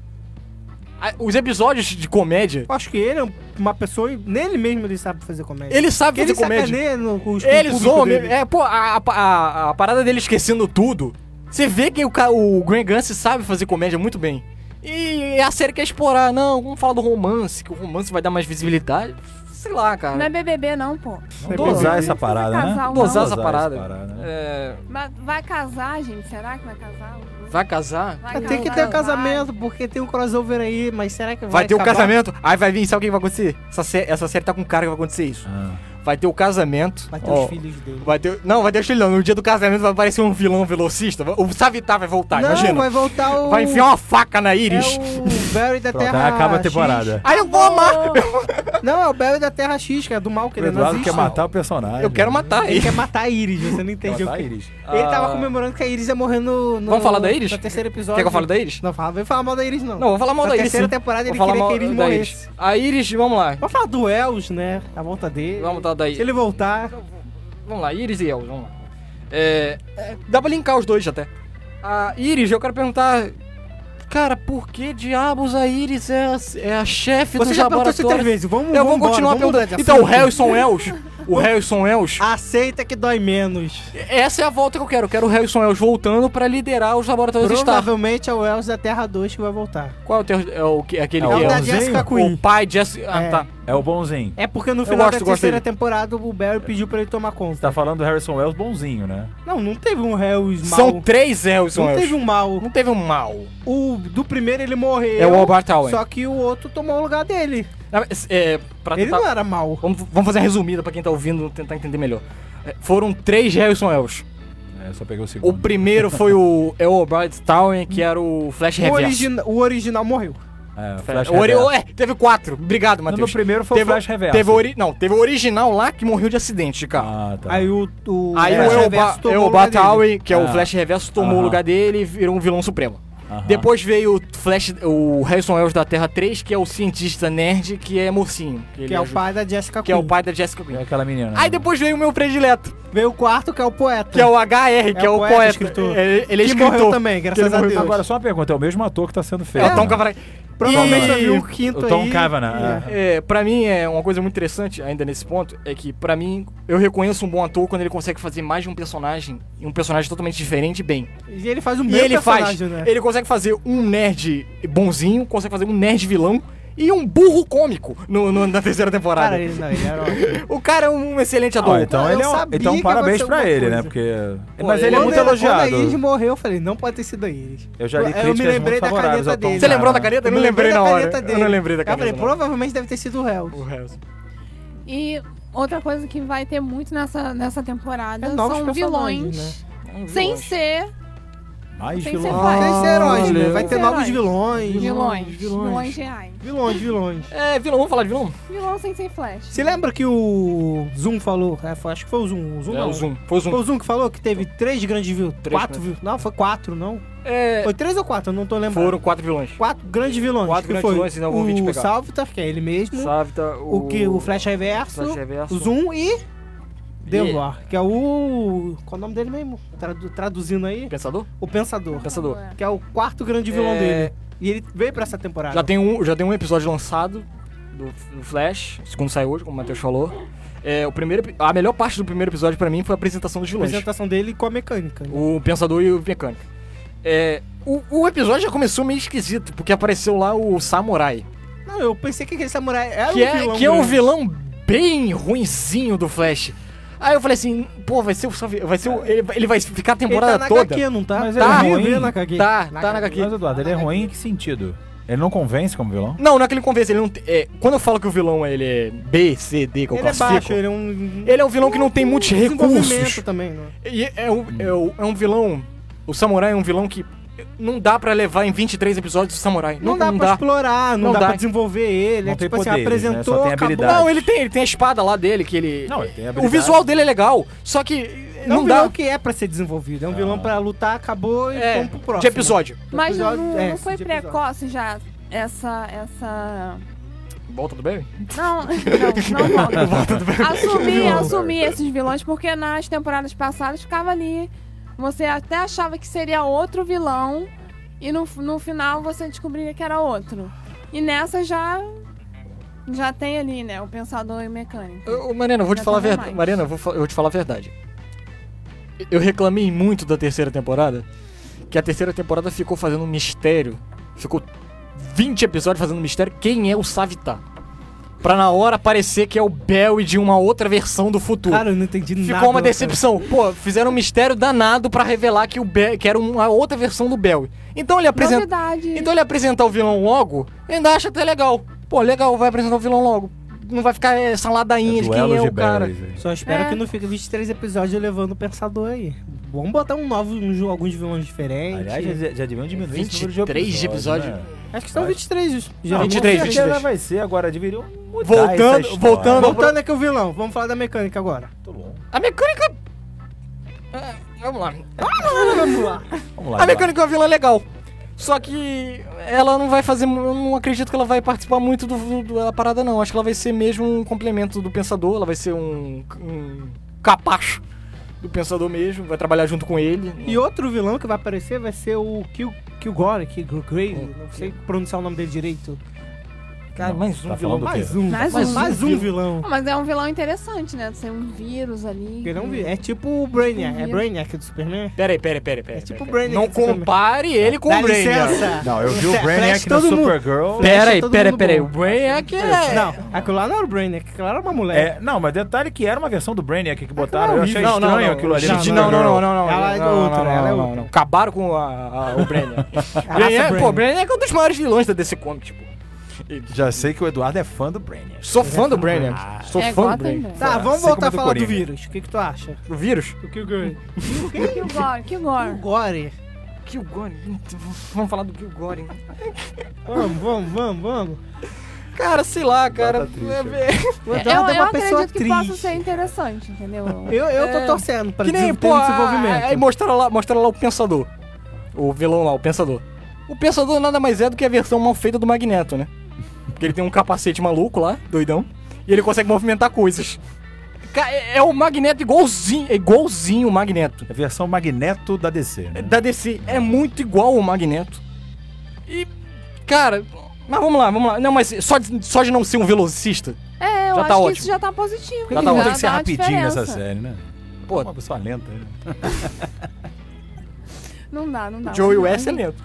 S6: A- Os episódios de comédia.
S3: Eu acho que ele é o uma pessoa e nele mesmo ele sabe fazer comédia.
S6: Ele sabe
S3: ele
S6: fazer comédia.
S3: sacaneia no, com os- com o
S6: Ele
S3: público
S6: zoa
S3: dele.
S6: mesmo. É, pô, a, a- a- a parada dele esquecendo tudo. Você vê que o, ca- o Grant Gustin sabe fazer comédia muito bem. E é a série quer explorar. Não, vamos falar do romance, que o romance vai dar mais visibilidade. Sei lá, cara.
S2: Não é BBB, não, pô.
S5: Não dosar
S2: Precisa
S5: essa parada, né?
S2: casar ou não.
S6: Dosar essa
S5: Dosar essa
S6: parada.
S5: parada, né?
S6: É,
S2: Mas vai casar, gente? Será que vai casar?
S6: vai casar?
S2: Vai
S3: Ah, Tem que
S2: casar,
S3: ter o
S2: vai.
S3: casamento, porque tem um crossover aí, mas será que vai
S6: Vai ter o
S3: acabar?
S6: casamento. Aí vai vir, sabe o que vai acontecer? Essa, sé- essa série tá com cara que vai acontecer isso.
S5: Ah.
S6: Vai ter o casamento.
S3: Vai ter
S6: Ó,
S3: os filhos dele.
S6: Vai ter. Não, vai ter os filhos. não. No dia do casamento vai aparecer um vilão velocista. O Savitar vai voltar,
S3: Não,
S6: Tá, imagina.
S3: vai
S6: Vai...
S3: voltar o...
S6: enfiar uma faca na
S3: é
S6: íris.
S3: o Barry da
S5: Pronto,
S3: Terra
S5: aí acaba a
S3: X.
S5: temporada.
S6: Aí eu vou amar.
S3: Não, é o Barry da Terra X, que é do mal, que
S5: O
S3: ele não
S5: Eduardo
S3: existe.
S5: quer matar o personagem.
S6: Eu quero matar
S3: Ele
S6: ele.
S3: quer matar a Iris, você não entendeu.
S5: matar
S3: o que-
S5: a Iris.
S3: Ele
S6: Ah.
S3: tava comemorando que a Iris ia morrer no... no-
S6: Vamos falar da Iris?
S3: No terceiro episódio.
S6: Quer que eu fale da Iris?
S3: Não, fala, vem falar mal da Iris, não.
S6: Não, vou falar mal
S3: Na
S6: da Iris.
S3: terceira
S6: sim.
S3: temporada ele
S6: Vou falar
S3: queria
S6: mal
S3: que a Iris
S6: da
S3: morresse.
S6: Iris. A Iris, vamos lá.
S3: Vamos falar do Els, né? A volta dele.
S6: Vamos dar da
S3: Se
S6: Iris.
S3: ele voltar...
S6: Vamos lá, Iris e El, vamos lá. É, é, dá pra linkar os dois até. A Iris, eu quero perguntar. Cara, por que diabos a Iris é a, é a chefe do
S3: Você já perguntou isso três
S6: laboratório?
S3: vezes. Vamos
S6: Eu
S3: vamos
S6: vou
S3: embora,
S6: continuar
S3: vamos mudar de
S6: perguntando. Então, o
S3: assunto. Ah.
S6: Harrison Welsh. O Harrison Welsh.
S3: Aceita que dói menos.
S6: Essa é a volta que eu quero. Eu quero o Harrison Wells voltando pra liderar os laboratórios Star.
S3: Provavelmente é o Els da Terra 2 que vai voltar. Então,
S6: Qual é o, teu, é o que, aquele
S5: É
S6: que
S5: o
S6: é
S5: da
S6: o-
S5: Jessica
S6: o pai Jessica. Ah,
S3: É.
S6: tá.
S5: É o bonzinho.
S3: É porque no final
S6: gosto,
S3: da
S6: gosto
S3: terceira
S6: dele.
S3: temporada o Barry pediu pra ele tomar
S5: Você
S3: conta.
S5: tá falando do Harrison Wells bonzinho, né?
S3: Não, não teve um Hells mal.
S6: São três Harrison
S3: não
S6: Wells.
S3: teve um mal.
S6: Não teve um mal.
S3: O do primeiro ele morreu.
S6: É o Albert Allen.
S3: Só que o outro tomou o lugar dele.
S6: Na- É, pra
S3: Ele
S6: tentar-
S3: não era mal.
S6: vamos, vamos fazer uma resumida pra quem tá ouvindo tentar entender melhor. É, Foram três Harrison Wells.
S5: É, eu só peguei o segundo.
S6: O primeiro foi o El Albert Town, que era o Flash
S3: O,
S6: Reverso.
S3: origina- o original morreu.
S5: É, o Flash
S6: o ori-
S5: Reverso.
S6: é, teve quatro. Obrigado,
S5: Não, no
S6: Matheus.
S5: primeiro foi o Flash Reverso.
S6: Teve o ori- não, teve o original lá que morreu de acidente de carro.
S5: Ah, tá.
S3: Aí o. o
S6: Aí
S3: Flash
S6: É, o
S3: Reverso
S6: Elba,
S3: tomou o lugar
S6: Elba Towie, que é o
S5: Ah.
S6: Flash Reverso, tomou o
S5: Aham.
S6: lugar dele e virou um vilão supremo.
S5: Aham.
S6: Depois veio o Flash, o Harrison Wells da Terra 3, que é o cientista nerd, que é mocinho.
S3: dele,
S6: ele
S3: Que é o
S6: ajuda-
S3: pai da Jessica
S6: que é o
S3: Quinn.
S6: pai da Jessica
S5: É
S6: Biel.
S5: aquela menina.
S6: Aí
S5: né?
S6: depois veio o meu predileto,
S3: Veio o quarto que é o poeta.
S6: que é o HR, que é,
S3: É
S6: o poeta.
S3: escritor.
S6: Ele, ele é
S3: que
S6: escritor.
S3: morreu também, graças
S6: ele
S3: a
S6: morreu
S3: Deus.
S5: Agora, só uma pergunta. É o mesmo ator que tá sendo feito.
S6: É o Tom
S5: né?
S6: Cavanagh.
S3: Provavelmente
S6: E-
S3: vai vir um quinto
S5: o Tom
S3: aí.
S5: Cavanagh,
S3: É.
S6: É, pra mim, é uma coisa muito interessante, ainda nesse ponto, é que pra mim, eu reconheço um bom ator quando ele consegue fazer mais de um personagem, e um personagem totalmente diferente bem.
S3: E ele faz o
S6: E
S3: mesmo
S6: ele faz.
S3: Um personagem, né?
S6: Ele consegue fazer um nerd bonzinho, consegue fazer um nerd vilão e um burro cômico no, no- na terceira temporada.
S3: Cara, ele não, ele era ótimo.
S6: O cara é um excelente
S5: Ah,
S6: ator.
S5: então,
S3: Eu
S5: ele é um,
S3: sabia
S5: então
S3: que
S5: parabéns
S3: aconteceu
S5: pra
S3: alguma
S5: ele,
S3: coisa.
S5: né? Porque...
S6: Pô,
S5: Mas ele
S6: ele
S5: é
S6: é-
S5: muito
S3: Quando- Quando a Iris
S5: elogiado.
S3: morreu, eu falei, não pode ter sido a Iris.
S5: Eu já li
S3: Eu me
S5: críticas
S3: lembrei
S5: muito
S3: da
S5: favoráveis ao
S3: caneta
S5: Tom
S3: dele.
S6: Você lembrou da
S5: Cavanagh.
S6: caneta? Eu
S3: Eu
S6: não lembrei
S3: da
S6: na hora.
S3: caneta
S6: Eu não lembrei da
S3: Eu falei,
S6: caneta. na hora.
S3: provavelmente deve ter sido o Hells.
S2: E outra coisa que vai ter muito nessa, nessa temporada
S3: É novos
S2: são
S3: personagens, né?
S2: vilões.
S6: Um
S2: Sem
S6: vilão.
S2: ser
S5: Mais
S2: Tem que ser
S5: vilão.
S2: Ah,
S3: Tem ser heróis, né? Vai
S2: Tem
S3: ter
S2: ser
S3: novos
S2: heróis.
S3: vilões.
S2: vilões. Vilões
S3: Vilões,
S2: reais.
S3: vilões. vilões.
S6: É, vilão, vamos falar de vilão?
S2: Vilão sem ser flash.
S3: Você lembra que o Zoom falou? é, foi- acho que foi o Zoom. O Zoom,
S6: É,
S3: não.
S6: o Zoom. Foi o
S3: Foi
S6: Zoom.
S3: o Zoom que falou que teve três grandes vilões.
S6: Três
S3: Quatro vilões. Não, foi quatro, não.
S6: É,
S3: Foi três ou quatro? Eu não tô lembrando.
S6: foram quatro vilões.
S3: quatro grandes vilões.
S6: Quatro
S3: que
S6: grandes
S3: foi
S6: vilões, senão eu vou vir te
S3: O
S6: pegar.
S3: Salvatar, que é ele mesmo.
S6: Savita,
S3: o, que, o Flash Reverso,
S6: Flash Reverso.
S3: o Zoom e
S6: E-
S3: Delor, que é o. Qual é o nome dele mesmo? Tradu- traduzindo aí,
S6: Pensador?
S3: o Pensador,
S6: Pensador.
S3: que é o quarto grande vilão
S6: É.
S3: dele. E ele veio pra essa temporada.
S6: Já tem um, já tem um episódio lançado do, do Flash, o segundo sai hoje, como o Matheus falou. É, o primeiro, epi- a melhor parte do primeiro episódio pra mim foi a apresentação dos
S3: a
S6: vilões.
S3: apresentação dele com a mecânica. né?
S6: O Pensador e o Mecânico. É, o, o episódio já começou meio esquisito, porque apareceu lá o Samurai.
S3: Não, eu pensei que aquele samurai era
S6: que
S3: um
S6: é,
S3: vilão.
S6: que é um
S3: grande.
S6: vilão bem ruinzinho do Flash. Aí eu falei assim, pô, vai ser o. Savi- Vai ser o- ele, vai- ele vai ficar a
S3: Ele
S6: temporada
S3: tá na
S6: toda.
S3: HQ, não tá?
S5: Mas
S3: tá,
S5: ele é ruim.
S3: viu na HQ.
S6: Tá, tá na HQ.
S5: Mas, Eduardo, ele é ruim em que sentido? Ele não convence como vilão?
S6: Não, não é que ele convence, ele não. te- é, quando eu falo que o vilão ele é B, C, D, que eu
S3: Ele é
S6: classifico.
S3: baixo, ele é um...
S6: Ele é um vilão que não tem muitos recursos.
S3: Desenvolvimento também, né?
S6: E é um, é, um, é um vilão. O samurai é um vilão que não dá pra levar em 23 episódios o samurai.
S3: Não, dá pra explorar, não,
S6: Não
S3: dá,
S6: dá.
S3: pra desenvolver ele.
S5: Não
S3: é
S5: tem
S3: tipo assim,
S5: poderes, né? Só
S3: apresentou,
S5: tem
S3: acabou.
S5: habilidade.
S6: Não, ele tem, ele tem a espada lá dele que ele.
S5: Não, ele tem
S6: o
S5: habilidade.
S6: visual dele é legal, só que eh,
S3: É um
S6: não
S3: vilão
S6: dá.
S3: que é pra ser desenvolvido. É um
S5: Ah.
S3: vilão pra lutar, acabou e
S6: É,
S3: vamos pro próximo.
S6: de episódio.
S2: Mas não,
S3: Episódio- é,
S2: não foi
S3: de episódio.
S2: precoce já essa. essa...
S6: Volta do bem?
S2: Não, não, não volta.
S6: Volta do bem.
S2: assumir, assumir esses vilões, porque nas temporadas passadas ficava ali. Você até achava que seria outro vilão e no, no final você descobriria que era outro. E nessa já Já tem ali, né? O pensador e o mecânico.
S6: Ô, ô, Mariana, eu vou te
S2: Já
S6: falar a
S2: tava
S6: verdade.
S2: mais.
S6: Mariana, eu vou, fa- eu vou te falar a verdade. Eu reclamei muito da terceira temporada, que a terceira temporada ficou fazendo um mistério. Ficou 20 episódios fazendo mistério quem é o Savitar. Pra na hora parecer que é o Bell de uma outra versão do futuro.
S3: Cara, eu não entendi nada.
S6: Ficou uma
S3: cara.
S6: decepção. Pô, fizeram um mistério danado pra revelar que o Be que era uma outra versão do Bell. Então ele apresenta
S2: Novidade.
S6: então ele apresentar o vilão logo, eu ainda acha até legal. Pô, legal, vai apresentar o vilão logo. Não vai ficar essa ladainha de quem é o cara.
S5: berries,
S3: Só espero
S2: É.
S3: que não fique 23 episódios levando o pensador aí. Vamos botar um novo, um jogo, alguns vilões
S5: aí.
S3: diferentes.
S5: Aliás, já, já deviam diminuir esse número de
S6: 23 de
S5: episódios,
S6: episódio.
S5: né?
S3: acho que são 23.
S5: Não,
S3: geralmente.
S6: 23,
S5: com certeza
S6: 23.
S5: vai ser agora, deveriam mudar
S6: Voltando-
S5: essa história.
S6: voltando-
S3: Voltando aqui o vilão, vamos falar da mecânica agora.
S5: Muito bom.
S6: A mecânica. Ah, vamos lá.
S5: Vamos lá.
S6: A
S5: Eduardo.
S6: mecânica é uma vilã legal. Só que ela não vai fazer. Eu não acredito que ela vai participar muito do, do- da parada, não. Acho que ela vai ser mesmo um complemento do pensador. Ela vai ser um. um capacho do pensador mesmo. Vai trabalhar junto com ele.
S3: E outro vilão que vai aparecer vai ser o Kill, Kilgore, que Grey, não sei pronunciar o nome dele direito.
S6: Cara,
S5: Não,
S6: mais um
S5: tá
S6: vilão.
S5: falando do
S3: Mais
S5: quê?
S3: um.
S2: Mais
S3: mais
S2: um.
S3: um vilão.
S2: Ah, Mas é um vilão interessante, né? Ser um vírus ali.
S3: Ele é um vi- É tipo o Brainiac. É
S2: Vírus.
S3: Brainiac do Superman?
S6: Peraí, peraí, peraí,
S3: É
S6: peraí.
S3: tipo
S6: peraí.
S3: o Brainiac
S6: Não
S3: do Superman.
S6: compare ele com
S3: Dá
S6: o Brainiac.
S3: licença.
S5: Não, eu vi o
S3: Flash
S5: Brainiac na
S3: todo mundo.
S5: Supergirl.
S6: Peraí,
S3: todo
S6: peraí,
S3: mundo
S6: peraí.
S3: bom.
S6: O Brainiac é.
S3: Não, aquilo lá não era o Brainiac, aquilo lá era uma mulher.
S5: É, não, mas detalhe que era uma versão do Brainiac que botaram.
S3: não,
S5: Eu achei
S6: É Não,
S5: estranho
S6: não, não.
S5: aquilo ali.
S6: Gente,
S5: na
S6: Não, não, não,
S5: Supergirl.
S6: não, não.
S3: Ela é
S6: não, não,
S3: outra,
S6: não,
S3: ela é
S6: não,
S3: outra.
S6: não. Acabaram com a- a- o Brainiac.
S3: Raça
S6: Brainiac, pô,
S3: Brainiac.
S6: Brainiac é um dos maiores vilões da DC Comics, tipo.
S5: Já sei que o Eduardo é fã do Brainiac.
S6: Sou fã do Brainiac. Sou
S2: É
S6: fã do
S2: Gotham
S6: Brainiac.
S2: mesmo.
S3: Tá, vamos
S5: Sei
S3: voltar a
S5: como é do
S3: falar do
S5: Coringa.
S3: vírus. O que, que tu acha?
S6: O vírus?
S3: O Kilgore.
S2: Que gore, que gore.
S3: Gore.
S6: Kilgore. Vamos falar do Kilgore.
S3: Vamos, vamos, vamos, vamos.
S6: Cara, sei lá, cara.
S5: triste.
S6: É,
S3: O
S2: Eu,
S3: Eduardo é
S2: eu
S3: uma pessoa
S2: acredito que possa
S3: triste.
S2: ser interessante, entendeu?
S3: Eu, eu
S6: É.
S3: tô torcendo pra
S6: que nem,
S3: ter
S6: pô,
S3: um
S6: a- aí
S3: desenvolvimento.
S6: mostraram lá, mostraram lá o Pensador. O vilão lá, o Pensador. O Pensador nada mais é do que a versão mal feita do Magneto, né? Porque ele tem um capacete maluco lá, doidão, e ele consegue movimentar coisas. Ca- É é o Magneto igualzinho, é igualzinho o Magneto.
S5: É A versão Magneto da DC, né?
S6: Da DC é muito igual o Magneto. E, cara, mas vamos lá, vamos lá. Não, mas só de, só de não ser um velocista,
S2: É, eu
S6: Já tá
S2: acho que
S6: ótimo.
S2: isso já tá positivo.
S6: Já tá
S2: entendeu?
S6: ótimo.
S5: Tem que ser
S2: dá uma
S5: rapidinho nessa
S2: diferença.
S5: série, né?
S6: Pô.
S5: Uma pessoa lenta, né?
S2: Não dá, não dá.
S6: Joey
S2: Não dá.
S6: West é lento.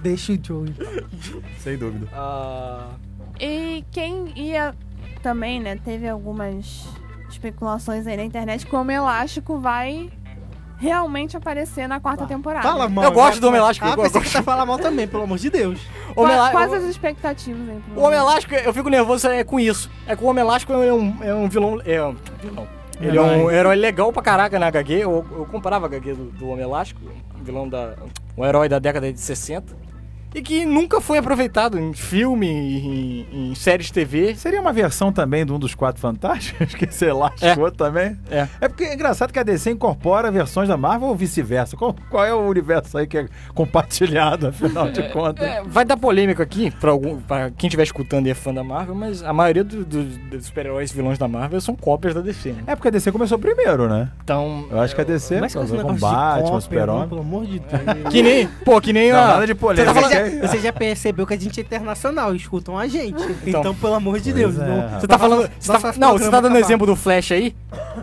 S3: Deixa o Joey.
S5: Sem dúvida.
S6: Ah,
S2: E quem ia também, né? Teve algumas especulações aí na internet como o Elástico vai realmente aparecer na quarta temporada.
S3: Fala mal.
S6: Eu gosto
S3: né?
S6: do Homem Elástico,
S3: Ah,
S6: eu gosto.
S3: pensei que você fala mal também, pelo amor de Deus.
S2: Qua-
S6: Homem Elá-
S2: Quais as expectativas aí? pro
S6: O Homem Elástico, eu fico nervoso é com isso. É que o Homem Elástico é um, é um vilão. É um vilão. Ele é um
S3: Herói.
S6: herói legal pra caraca né, na HQ. Eu, eu comprava a HQ do, do Homem Elástico, um vilão da. um herói da década de 60. E que nunca foi aproveitado em filme, em, em séries de TV.
S5: Seria uma versão também de um dos Quatro Fantásticos, que sei lá, é. também.
S6: É.
S5: É porque é engraçado que a DC incorpora versões da Marvel ou vice-versa. Qual, qual é o universo aí que é compartilhado, afinal de contas?
S6: É, vai dar polêmica aqui pra, algum, pra quem estiver escutando e é fã da Marvel, mas a maioria do- do- dos super-heróis vilões da Marvel são cópias da DC. Né?
S5: É porque a DC começou primeiro, né?
S6: Então.
S5: Eu acho que a DC
S3: Mas com esse
S5: com
S3: negócio
S6: Ah,
S3: de
S6: tipo um
S5: Batman,
S3: Batman,
S5: Super-Homem.
S3: Pelo amor de Deus.
S6: Então, Que nem. Pô, que nem
S5: Não,
S6: a.
S5: nada de
S6: tá
S5: polêmica.
S3: Você já,
S5: ok?
S3: você já percebeu que a gente é internacional, escutam a gente. Então, pelo amor de Deus,
S5: é,
S3: não.
S5: rapaz.
S6: Você tá falando. Você tá,
S3: Nossa,
S6: não, você tá
S3: programa
S6: dando
S3: acabar.
S6: exemplo do Flash aí?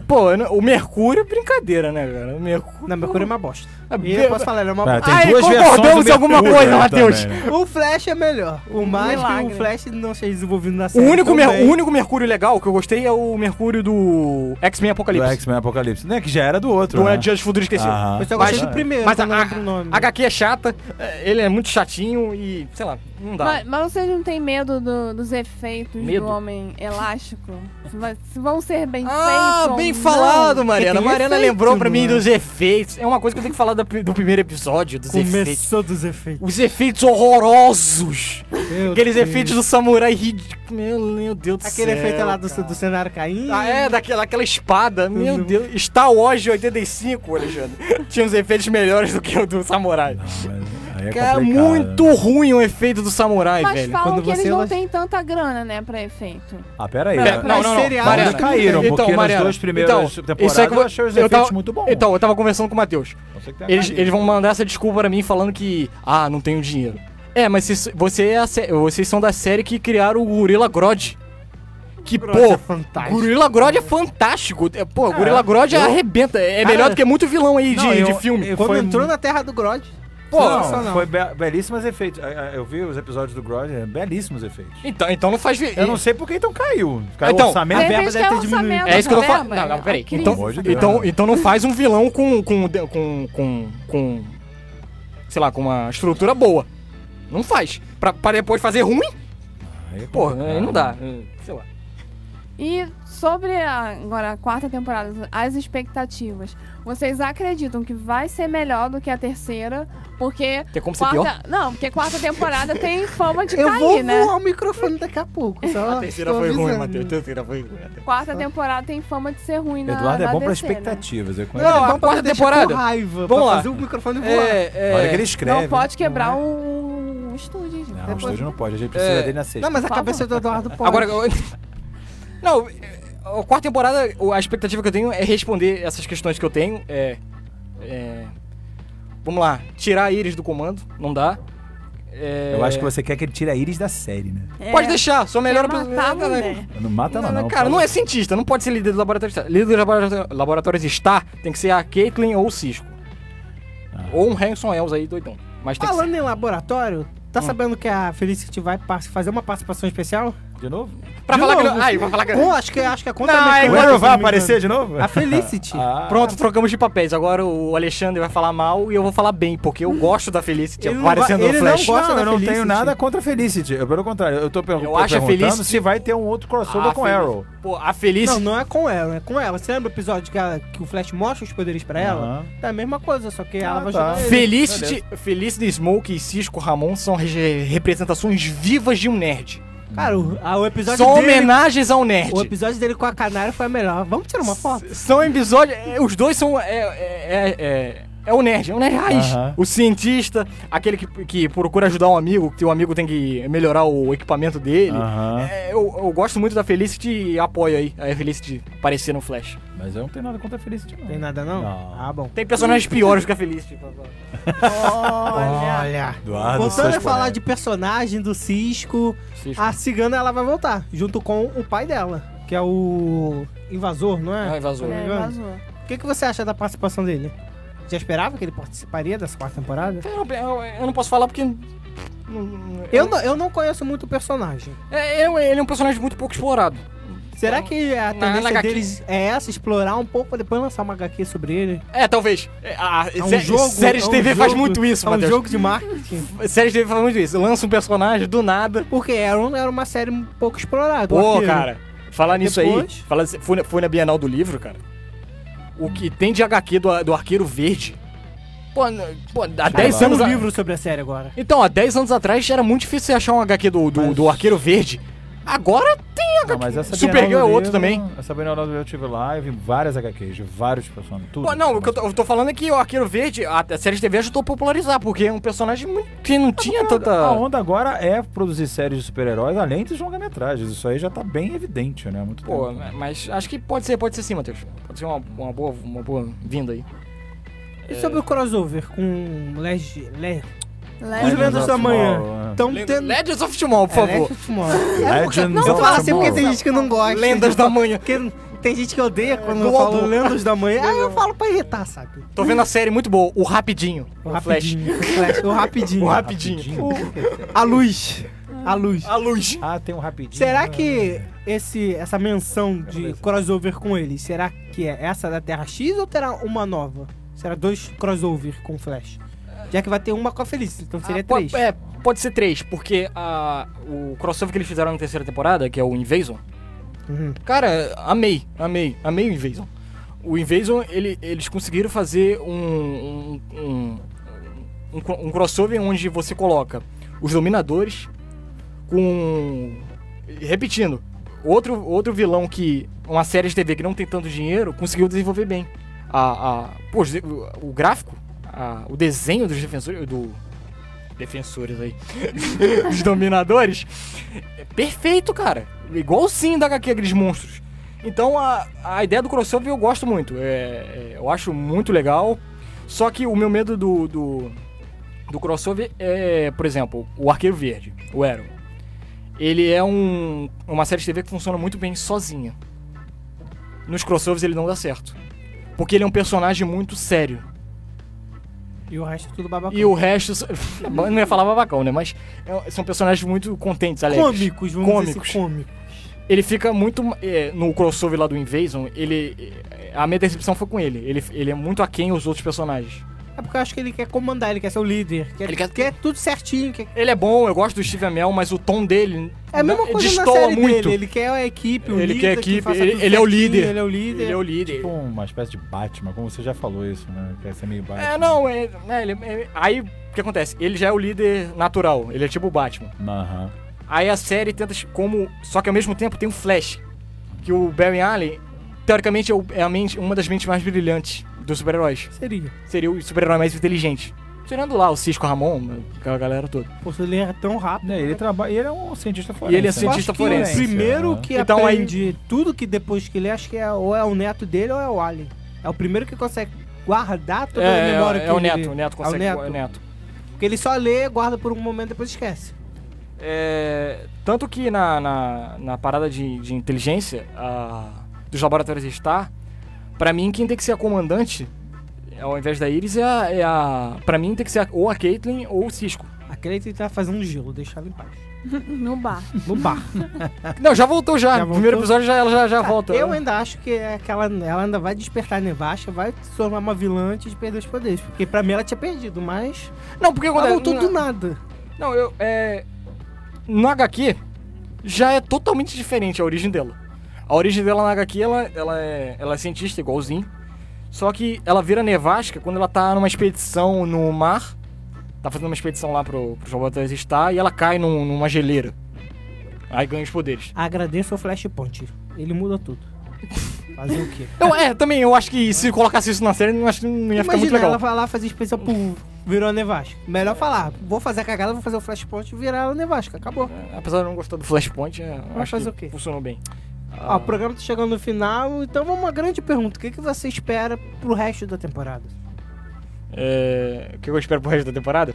S6: Pô, eu não- o Mercúrio é brincadeira, né, cara? O Mercúrio.
S3: Não, Mercúrio é uma bosta.
S6: É
S3: E
S6: be-
S3: eu posso falar, ele é uma
S5: Ah,
S3: bosta.
S5: tem
S6: Ai,
S5: duas
S6: concordamos
S5: versões do
S6: em alguma
S5: Mercúrio
S6: coisa,
S5: aí
S6: Matheus.
S5: também, né?
S3: O Flash é melhor.
S6: Um
S3: O mais que
S2: milagre.
S3: o Flash não seja desenvolvido na
S6: O
S3: série.
S6: único, mer-
S3: também.
S6: o único Mercúrio legal que eu gostei é o Mercúrio do X-Men
S5: Do
S6: Apocalipse.
S5: X-Men Apocalipse. Né? Que já era do outro.
S6: Do
S5: né?
S6: Adjust Futuro Esquecido.
S5: Aham.
S3: Eu só
S6: Mas-
S3: gostei do primeiro,
S6: Mas
S3: mas
S6: a,
S3: eu não lembro o nome.
S6: a HQ é chata, é, ele é muito chatinho e, sei lá, não dá.
S2: Mas, mas vocês não têm medo do- dos efeitos
S6: Medo?
S2: do homem elástico? Se vai- Se vão ser bem feitos
S6: Ah,
S2: ou
S6: bem
S2: não?
S6: falado, Mariana.
S3: Porque tem
S6: Mariana
S3: efeito,
S6: lembrou pra
S3: não
S6: mim
S3: é?
S6: dos efeitos. É uma coisa que eu tenho que falar da pri- do primeiro episódio, dos efeitos.
S3: Começou dos efeitos.
S6: Os efeitos horrorosos.
S3: Meu
S6: Aqueles
S3: Deus.
S6: efeitos do samurai ridículo. Meu, meu Deus do
S3: Aquele
S6: céu.
S3: efeito lá do,
S6: cara. Uhum.
S3: do cenário caindo.
S6: Ah, é, daquela aquela espada. Meu
S3: Não.
S6: Deus. Star Wars de 85, Alexandre. Tinha uns efeitos melhores do que o do samurai.
S5: Mas aí é
S6: Cara,
S5: complicado,
S6: muito
S5: né?
S6: ruim o efeito do samurai,
S2: Mas
S6: velho.
S2: falam
S3: quando
S2: que eles
S3: você
S2: não
S3: elas-
S2: têm tanta grana, né, pra efeito.
S5: Ah, peraí.
S6: É,
S5: né?
S6: não, não, não.
S3: seriado,
S5: Mas
S6: Mariana.
S5: eles caíram,
S6: Então,
S5: porque um nas
S6: Mariana,
S5: duas primeiras
S6: então,
S5: temporadas
S6: isso é que
S5: eu achei os
S6: eu
S5: efeitos
S6: tava-
S5: muito bons.
S6: Então, eu tava conversando com o Matheus.
S5: Eu sei que tem a
S6: Eles,
S5: caída.
S6: eles vão mandar essa desculpa pra mim falando que, ah, não tenho dinheiro. É, mas se- você é a sé- vocês são da série que criaram o Gorila Grodd. Que,
S3: Grodd é
S6: pô,
S3: fantástico.
S6: Gorila Grodd é fantástico. É, Pô, Gorila Grodd arrebenta. É
S5: Cara,
S6: melhor do que muito vilão aí
S5: Não,
S6: de,
S5: eu-
S6: de filme.
S5: eu-
S3: Quando
S5: foi
S3: entrou
S5: mu-
S3: na terra do Grod.
S6: Pô,
S5: não,
S3: sensacional.
S5: foi be belíssimos efeitos. Ah, ah, Eu vi os episódios do Grodd, é belíssimos efeitos.
S6: Então, então não faz...
S5: Eu não sei por que então caiu. Caiu
S6: Então,
S5: o orçamento.
S2: De
S5: verba
S2: repente que é orçamento,
S6: É isso que eu tô
S2: né,
S6: falando.
S2: velho?
S6: Não, não, peraí.
S2: A crise.
S6: Então,
S5: Pelo amor de Deus.
S6: então, então não faz um vilão com. com. com. com. com. sei lá, com uma estrutura boa. Não faz. Pra, pra depois fazer ruim,
S5: Aí é
S6: pô,
S5: complicado.
S6: aí não dá.
S5: É.
S6: Sei lá.
S2: E sobre a, agora a quarta temporada, as expectativas. Vocês acreditam que vai ser melhor do que a terceira? Porque.
S6: Tem como ser
S2: quarta,
S6: pior?
S2: Não, porque quarta temporada tem fama de
S3: Eu
S6: tá
S2: cair,
S3: vou
S2: né?
S3: voar o microfone daqui a pouco. Só estou avisando.
S6: terceira foi ruim.
S2: Quarta temporada tem fama de ser ruim, na-
S5: Eduardo
S2: na
S5: é bom pra
S2: DC, né?
S5: expectativas. Eu conheço
S6: Não,
S5: ele.
S6: a
S3: Vamos pra
S6: quarta
S3: deixar com
S6: temporada.
S3: raiva,
S6: Vamos
S3: pra
S6: lá.
S3: fazer o microfone voar.
S6: É, é.
S5: Olha que ele escreve. né?
S2: Não pode quebrar um, um estúdio, gente.
S5: Não, o
S3: Depois-
S5: estúdio não pode. A gente precisa
S6: É.
S5: dele na sexta.
S3: Não, mas a
S2: Por
S3: cabeça do Eduardo pode.
S6: Agora. eu- Não, a quarta temporada, o- a expectativa que eu tenho é responder essas questões que eu tenho. É. é, vamos lá, tirar a Iris do comando, não dá. É,
S5: Eu acho que você quer que ele tire a Iris da série, né?
S6: Pode deixar, só melhora
S2: Quer
S6: é pra-
S2: matar a né? mulher.
S5: Não mata, não.
S6: Não, cara,
S5: Pode-
S6: não é cientista, não pode ser líder do laboratório Star. Líder do laboratório, laboratórios Star tem que ser a Caitlyn ou o Cisco.
S5: Ah.
S6: Ou um Hanson Ells aí, doidão. Mas tem
S3: Falando em laboratório,
S6: Hum.
S3: tá sabendo que a Felicity vai par- fazer uma participação especial?
S5: De novo?
S6: que ser. Pra
S3: de
S6: falar que
S3: novo.
S6: não. Ai, pra falar que
S3: Com, acho que acho que é contra a
S6: Não, é
S3: mecânica,
S5: Agora
S3: se
S5: vai
S3: não me
S5: aparecer
S3: engano.
S5: de novo?
S3: A Felicity.
S5: Ah.
S6: Pronto, trocamos de papéis. Agora o Alexandre vai falar mal e eu vou falar bem, porque eu gosto da Felicity
S3: Ele não
S6: aparecendo
S3: vai-
S6: no
S3: ele
S6: Flash.
S3: não gosta
S5: não,
S3: da
S5: eu não tenho
S3: Felicity.
S5: nada contra a Felicity. Eu, pelo contrário, eu tô per
S6: Eu acho a
S5: perguntando
S6: Felicity-
S5: se vai ter um outro crossover
S6: A
S5: com
S6: Felici-
S5: Arrow.
S6: Pô, a Felicity.
S3: Não, não é com ela, é com ela. Você lembra o episódio que, ela- que o Flash mostra os poderes pra ela?
S5: Aham.
S3: É a mesma coisa, só que ela
S5: Ah,
S3: vai
S5: tá.
S3: ajudar ele.
S6: Felicity, Felicity Smoke e Cisco Ramon são re- representações vivas de um nerd.
S3: Cara, o, a- o episódio
S6: São
S3: dele...
S6: homenagens ao nerd.
S3: O episódio dele com a Canário foi a melhor. Vamos tirar uma foto?
S6: São episódios. é, Os dois são. É, é, é, é- é o nerd, é o nerd raiz.
S5: Aham.
S6: O cientista, aquele que, que procura ajudar um amigo, que o amigo tem que melhorar o equipamento dele.
S5: Aham.
S6: É, eu, eu gosto muito da Felicity e apoio aí a Felicity aparecer no Flash.
S5: Mas eu não tenho nada contra a Felicity, não.
S3: Tem nada não?
S5: Não.
S3: Ah, bom.
S6: Tem personagens piores tipo, que a Felicity. pra- pra-
S3: Olha.
S5: Eduardo,
S3: Voltando a
S5: seus
S3: falar
S5: colegas.
S3: de personagem do Cisco,
S6: Cisco.
S3: a cigana ela vai voltar, junto com o pai dela, que é o invasor, não é?
S6: Ah, vazou.
S2: É, vazou.
S3: O que, que você acha da participação dele? Já esperava que ele participaria dessa quarta temporada?
S6: Eu, não- eu- eu não posso falar porque. não- não-
S3: Eu não, eu não conheço muito o personagem.
S6: É, eu- ele é um personagem muito pouco explorado.
S3: Será que a
S6: Na-
S3: tendência
S6: na HQ.
S3: deles é essa? Explorar um pouco, depois lançar uma HQ sobre ele?
S6: É, talvez. É, a,
S3: É um
S6: sé-
S3: jogo,
S6: séries
S3: é um
S6: de TV faz
S3: jogo,
S6: muito isso,
S3: É um
S6: Matheus.
S3: jogo de marketing.
S6: Séries de TV faz muito isso. Lança um personagem do nada.
S3: Porque Aaron era uma série um pouco explorada.
S6: Pô,
S3: Vampiro.
S6: cara, falar nisso aí,
S3: Depois-
S6: falar, nisso- foi, na- foi na Bienal do livro, cara. O que tem de HQ do, do Arqueiro Verde? Pô, n- pô há 10
S3: Tem
S6: anos.
S3: um
S6: a-
S3: livro sobre a série agora.
S6: Então, há 10 anos atrás era muito difícil você achar um HQ do, do, do Arqueiro Verde. Agora tem HQ.
S5: Não, mas essa
S6: Supergirl
S5: Bienal
S6: é
S5: do
S6: outro
S5: livro-
S6: também.
S5: Essa Bienal do livro eu tive lá e vi várias HQs de vários personagens. Tudo.
S6: Pô, não, o que eu tô, eu tô falando é que o Arqueiro Verde, a, a série de TV ajudou a popularizar, porque é um personagem muito- que não tinha
S5: A
S6: tanta.
S5: onda agora é produzir séries de super-heróis além dos longa-metragens. Isso aí já tá bem evidente, né? Há Muito
S6: Pô,
S5: tempo.
S6: mas acho que pode ser, pode ser sim, Matheus. Pode ser uma, uma boa, uma boa vinda aí.
S3: E sobre o crossover com Leg... Le...
S2: Leve.
S3: Os Lendas da
S5: Tomorrow,
S3: Manhã.
S5: é.
S3: Estão tendo...
S6: Legends of Tomorrow, por favor. Então
S3: Legends of
S6: É,
S3: Tomorrow.
S5: Legends
S3: Não, eu
S5: of
S3: falo assim porque
S5: Tomorrow.
S3: tem gente que não gosta.
S6: Lendas da manhã.
S3: Porque tem gente que odeia quando eu
S6: Globo.
S3: falo lendas da manhã. Aí eu falo pra irritar, sabe?
S6: Tô vendo a série muito boa, o Rapidinho.
S3: O
S6: O, Flash.
S3: rapidinho. O Flash. O rapidinho.
S6: O Rapidinho.
S3: A luz. A luz.
S6: A luz.
S5: Ah, tem um rapidinho.
S3: Será
S5: né?
S3: que esse, essa menção de crossover com ele, será que é essa da Terra X ou terá uma nova? Será dois crossover com o Flash? Já que vai ter uma com a Felicity, então seria
S6: Ah, po-
S3: três.
S6: é, pode ser três, porque a, o crossover que eles fizeram na terceira temporada, que é o Invasion,
S3: Uhum.
S6: cara, amei, amei, amei o Invasion. O Invasion, ele- eles conseguiram fazer um, um, um, um cro- um crossover onde você coloca os Dominadores com... Repetindo, outro, outro vilão que... Uma série de TV que não tem tanto dinheiro conseguiu desenvolver bem. A, a, pô, os de- o, o gráfico, a- o desenho dos defensores... Do, defensores aí. dos dominadores. É perfeito, cara. Igualzinho da HQ, aqueles monstros. Então a, a ideia do crossover eu gosto muito. É, é, eu acho muito legal. Só que o meu medo do, do, do crossover é, por exemplo, o Arqueiro Verde, o Arrow. ele é um, uma série de TV que funciona muito bem sozinha. Nos crossovers ele não dá certo. Porque ele é um personagem muito sério.
S3: E o resto é tudo babacão.
S6: E o resto. Não ia falar babacão, né? Mas é- são personagens muito contentes, alegres.
S3: cômicos, vamos
S6: cômicos.
S3: cômicos. dizer assim, cômicos.
S6: Ele fica muito. é, no crossover lá do Invasion, ele. é, A minha decepção foi com ele. Ele, ele é muito aquém os outros personagens.
S3: É porque eu acho que ele quer comandar, ele quer ser o líder. Quer,
S6: Ele quer-
S3: tudo certinho. Quer...
S6: Ele é bom, eu gosto do Steve Amell, mas o tom dele.
S3: É a mesma
S6: não-
S3: coisa na
S6: destoa
S3: série
S6: muito.
S3: dele. Ele quer a equipe, o
S6: Ele
S3: líder.
S6: quer a
S3: que
S6: equipe,
S3: faça
S6: ele-
S3: tudo
S6: ele é o
S3: certinho,
S6: líder.
S3: Ele é o líder.
S6: Ele é o líder.
S5: Tipo uma espécie de Batman, como você já falou isso, né? Quer ser meio Batman.
S6: É, não, é, é, ele- é- Aí o que acontece? Ele já é o líder natural, ele é tipo o Batman.
S5: Aham.
S6: Aí a série tenta ch- como. Só que ao mesmo tempo tem o Flash. Que o Barry Allen, teoricamente, é, o- é a mente, uma das mentes mais brilhantes dos super-heróis.
S3: Seria.
S6: Seria o super-herói mais inteligente. Tirando lá o Cisco Ramon, aquela galera toda.
S3: Pô, se ele é tão rápido.
S5: Né, Ele trabalha. Ele é um cientista forense.
S6: E ele é
S5: né?
S3: Eu acho
S6: cientista
S3: que o
S6: forense.
S3: primeiro
S5: Aham.
S3: que
S6: Então, aí-
S3: aprende tudo que depois que ele acho que é ou é o neto dele ou é o Alien. É o primeiro que consegue guardar toda a memória que
S6: É, o
S3: ele-
S6: Neto, o Neto
S3: É o
S6: consegue.
S3: Neto.
S6: É o Neto.
S3: Porque ele só lê, guarda por um momento e depois esquece.
S6: É, tanto que na, na, na parada de, de inteligência a- dos laboratórios Star, pra mim quem tem que ser a comandante ao invés da Iris é a. É a pra mim tem que ser a- ou a Caitlyn ou o Cisco.
S3: Aquele que tá fazendo um gelo, deixar ele em paz.
S2: No bar.
S3: No bar.
S6: Não, já voltou já.
S3: Já voltou?
S6: Primeiro episódio já, ela já, já
S3: Tá,
S6: volta.
S3: Eu ainda acho que é aquela, ela ainda vai despertar a nevasca, vai se tornar uma vilã antes de perder os poderes. Porque pra mim ela tinha perdido, mas.
S6: Não, porque
S3: Ela
S6: acontece.
S3: voltou do
S6: Não,
S3: nada.
S6: não, eu. É, no HQ já é totalmente diferente a origem dela. A origem dela na HQ, ela, ela, é, ela é cientista, igualzinho. Só que ela vira nevasca quando ela tá numa expedição no mar. Tá fazendo uma expedição lá pro, pro Jobotas Star e ela cai num- numa geleira. Aí ganha os poderes.
S3: Agradeço ao Flashpoint. Ele muda tudo. Fazer o quê?
S6: Então, é, também, eu acho que se colocasse isso na série, eu acho que não ia ficar muito
S3: Imagina,
S6: legal.
S3: ela vai lá fazer especial pro. Virou a nevasca. Melhor falar, vou fazer a cagada, vou fazer o Flashpoint e virar a nevasca. Acabou.
S6: É, Apesar de eu não gostar do Flashpoint, é,
S3: Vai
S6: acho
S3: fazer
S6: que
S3: o quê?
S6: funcionou bem.
S3: Ó,
S6: Ah,
S3: o programa tá chegando no final, então vamos uma grande pergunta. O que, que você espera pro resto da temporada?
S6: É, o que eu espero pro resto da temporada?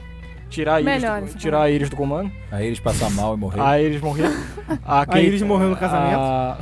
S6: Tirar a Iris,
S2: Melhor
S6: do,
S2: essa
S6: tirar a Iris do comando,
S5: Aí eles passam mal e morreram.
S6: a Iris morrer. A, Kate-
S3: Iris morreu no casamento?
S6: a-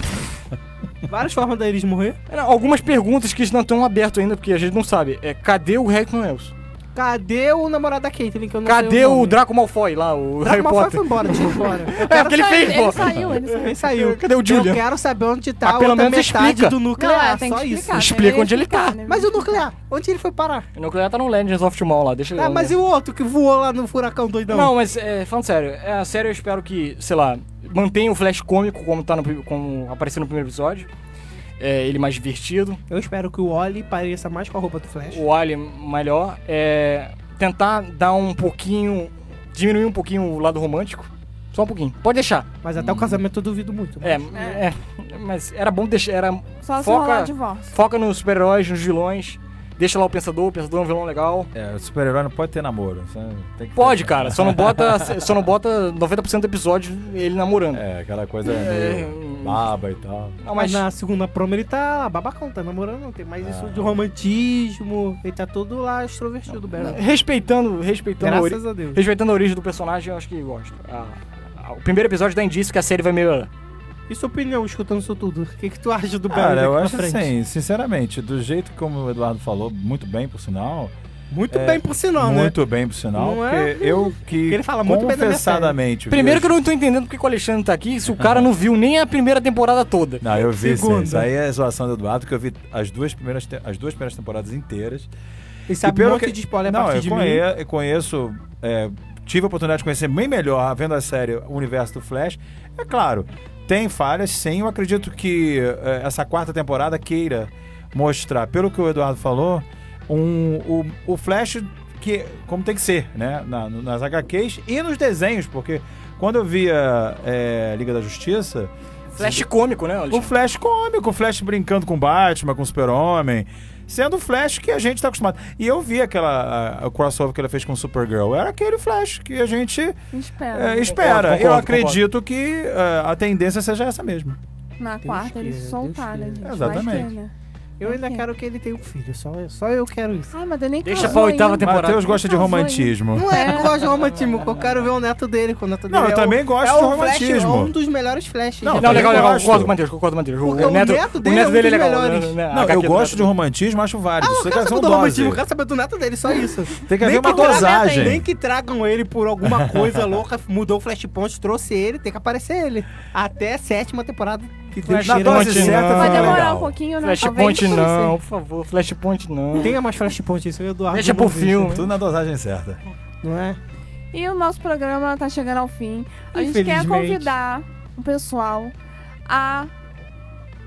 S3: Várias formas da Iris morrer.
S6: Era é, Algumas perguntas que não estão abertas ainda, porque a gente não sabe. É, cadê o Reckon Ells?
S3: Cadê o namorado da Caitlyn? Que eu não sei
S6: Cadê o,
S3: nome?
S6: Draco Malfoy lá, o Harry
S3: Draco Malfoy
S6: Potter?
S3: foi embora, tinha ido embora. Eu
S6: É,
S3: quero
S6: porque ele
S3: saber-
S6: fez,
S2: Ele
S6: pô.
S2: saiu, ele saiu.
S3: Ele saiu.
S6: Cadê o
S3: Eu
S6: Julian?
S3: quero saber onde tá
S6: Ah, pelo
S3: a outra
S6: menos
S3: metade
S6: explica.
S3: do
S2: Não, é,
S3: nuclear,
S2: tem
S3: só
S2: que
S3: isso.
S2: explicar. tem
S6: Explica
S2: que
S6: onde ele
S2: explicar,
S6: tá.
S2: né?
S3: Mas o nuclear, onde ele foi parar?
S6: O nuclear tá no Legends of Tomorrow lá, deixa ele
S3: Ah,
S6: lá. né?
S3: mas e o outro que voou lá no furacão doidão?
S6: Não, mas é, falando sério, é, a série eu espero que, sei lá, mantenha o Flash cômico como, tá no, pri- como apareceu no primeiro episódio. É, ele mais divertido.
S3: Eu espero que o Oli pareça mais com a roupa do Flash.
S6: o Alien melhor, é tentar dar um pouquinho, diminuir um pouquinho o lado romântico. Só um pouquinho. Pode deixar.
S3: Mas até o
S5: Hum.
S3: casamento eu duvido muito.
S6: É, é. mas era bom deixar, era
S2: Só se
S6: Foca-
S2: rolar o divórcio.
S6: foca nos super-heróis, nos vilões. Deixa lá o Pensador, o Pensador é um vilão legal.
S5: É, o super-herói não pode ter namoro. sabe? Tem que
S6: Pode,
S5: ter-
S6: cara, só não bota, só não bota 90% do episódio ele namorando.
S5: É, aquela coisa
S6: É,
S5: meio baba e tal.
S6: Não,
S3: Mas
S6: mas
S3: na segunda promo ele tá babacão, tá namorando, não tem mais
S5: Ah.
S3: isso de romantismo. Ele tá todo lá extrovertido, Barry.
S6: respeitando, respeitando
S5: Então,
S6: a, ori-
S3: Graças a Deus.
S6: respeitando a origem do personagem, eu acho que gosto. A- a- o primeiro episódio dá indício que a série vai melhorar.
S3: E sua opinião escutando isso tudo? O que, que tu acha do Barry
S5: Cara, eu
S3: daqui Ah, é pra
S5: acho
S3: frente?
S5: assim, sinceramente, do jeito como o Eduardo falou, muito bem, por sinal.
S3: Muito
S5: É,
S3: bem, por sinal, né?
S5: muito bem, por sinal.
S3: Não
S5: porque
S3: é?
S5: eu que.
S3: Ele fala muito bem da minha
S5: confessadamente. vi
S6: Primeiro
S5: as-
S6: que eu não tô entendendo porque que o Alexandre tá aqui se o cara não viu nem a primeira temporada toda.
S5: Não, eu vi sim.
S3: Segunda.
S5: Isso aí é zoação do Eduardo, que eu vi as duas primeiras, te- as duas primeiras temporadas inteiras.
S3: E sabe um
S5: pelo
S3: monte
S5: que-
S3: de spoiler a
S5: não,
S3: partir
S5: eu
S3: de mim.
S5: conhe- eu conheço. é, tive a oportunidade de conhecer bem melhor, vendo a série, o universo do Flash. É claro, tem falhas, sim. Eu acredito que é, essa quarta temporada queira mostrar, pelo que o Eduardo falou, um, o, o Flash que, como tem que ser, né? Na- no- nas HQs e nos desenhos, porque quando eu via é, Liga da Justiça.
S6: Flash cômico, né,
S5: O
S6: Alexandre?
S5: Flash cômico, o Flash brincando com Batman, com Super-Homem. Sendo o Flash que a gente tá acostumado. E eu vi aquela a- o crossover que ela fez com Supergirl. Era aquele Flash que a gente
S2: Espera.
S5: é, espera.
S6: concordo,
S5: eu
S6: concordo.
S5: acredito que é, a tendência seja essa mesmo.
S2: Na quarta
S3: Deus
S2: eles
S3: queira,
S2: soltaram,
S3: Deus
S2: gente.
S5: queira. Exatamente.
S2: Vai ter, né?
S3: Eu ainda quero que ele tenha um filho, só, só eu quero isso.
S2: Ai, Ah, mas eu nem
S6: Deixa
S2: casou
S6: pra oitava
S2: ainda.
S6: temporada.
S5: Matheus gosta de
S2: Casou
S5: romantismo.
S3: Não é por causa de romantismo, que eu quero ver o neto dele com o neto dele.
S5: Não, eu
S3: é o-
S5: também gosto
S3: é
S5: de
S3: o Flash,
S5: romantismo.
S3: é um dos melhores flashes. Ah,
S5: Não,
S6: Não,
S5: também
S6: legal, legal.
S5: gosto.
S6: Concordo com o Matheus, concordo com o Matheus.
S3: Porque o neto dele é um dos melhores.
S6: né? A
S5: Não, eu
S6: HQ do
S5: gosto de um-
S6: neto.
S5: romantismo, acho válido.
S3: Ah, eu
S5: Isso tem que
S3: quero
S5: haver
S3: saber
S5: uma
S3: do
S5: dose.
S3: romantismo, eu quero saber do neto dele, só isso.
S5: Tem
S3: Nem
S5: que haver uma
S3: que traga-
S5: dosagem.
S3: Nem que tragam ele por alguma coisa louca, mudou o Flashpoint, trouxe ele, tem que aparecer ele. Até a sétima temporada que deu
S6: Mas
S5: Na
S3: cheiro.
S5: dose
S6: Flashpoint
S5: certa
S6: não.
S2: Vai
S5: fica
S2: demorar
S5: legal.
S2: um pouquinho, né?
S3: Talvez
S6: Flashpoint não, por favor. Flashpoint não.
S3: Tenha mais Flashpoint, isso é Eduardo.
S6: Deixa pro
S3: Luiz,
S6: filme.
S5: Tudo na dosagem certa.
S3: Não é?
S2: E o nosso programa tá chegando ao fim. A gente quer
S3: Infelizmente.
S2: convidar o pessoal a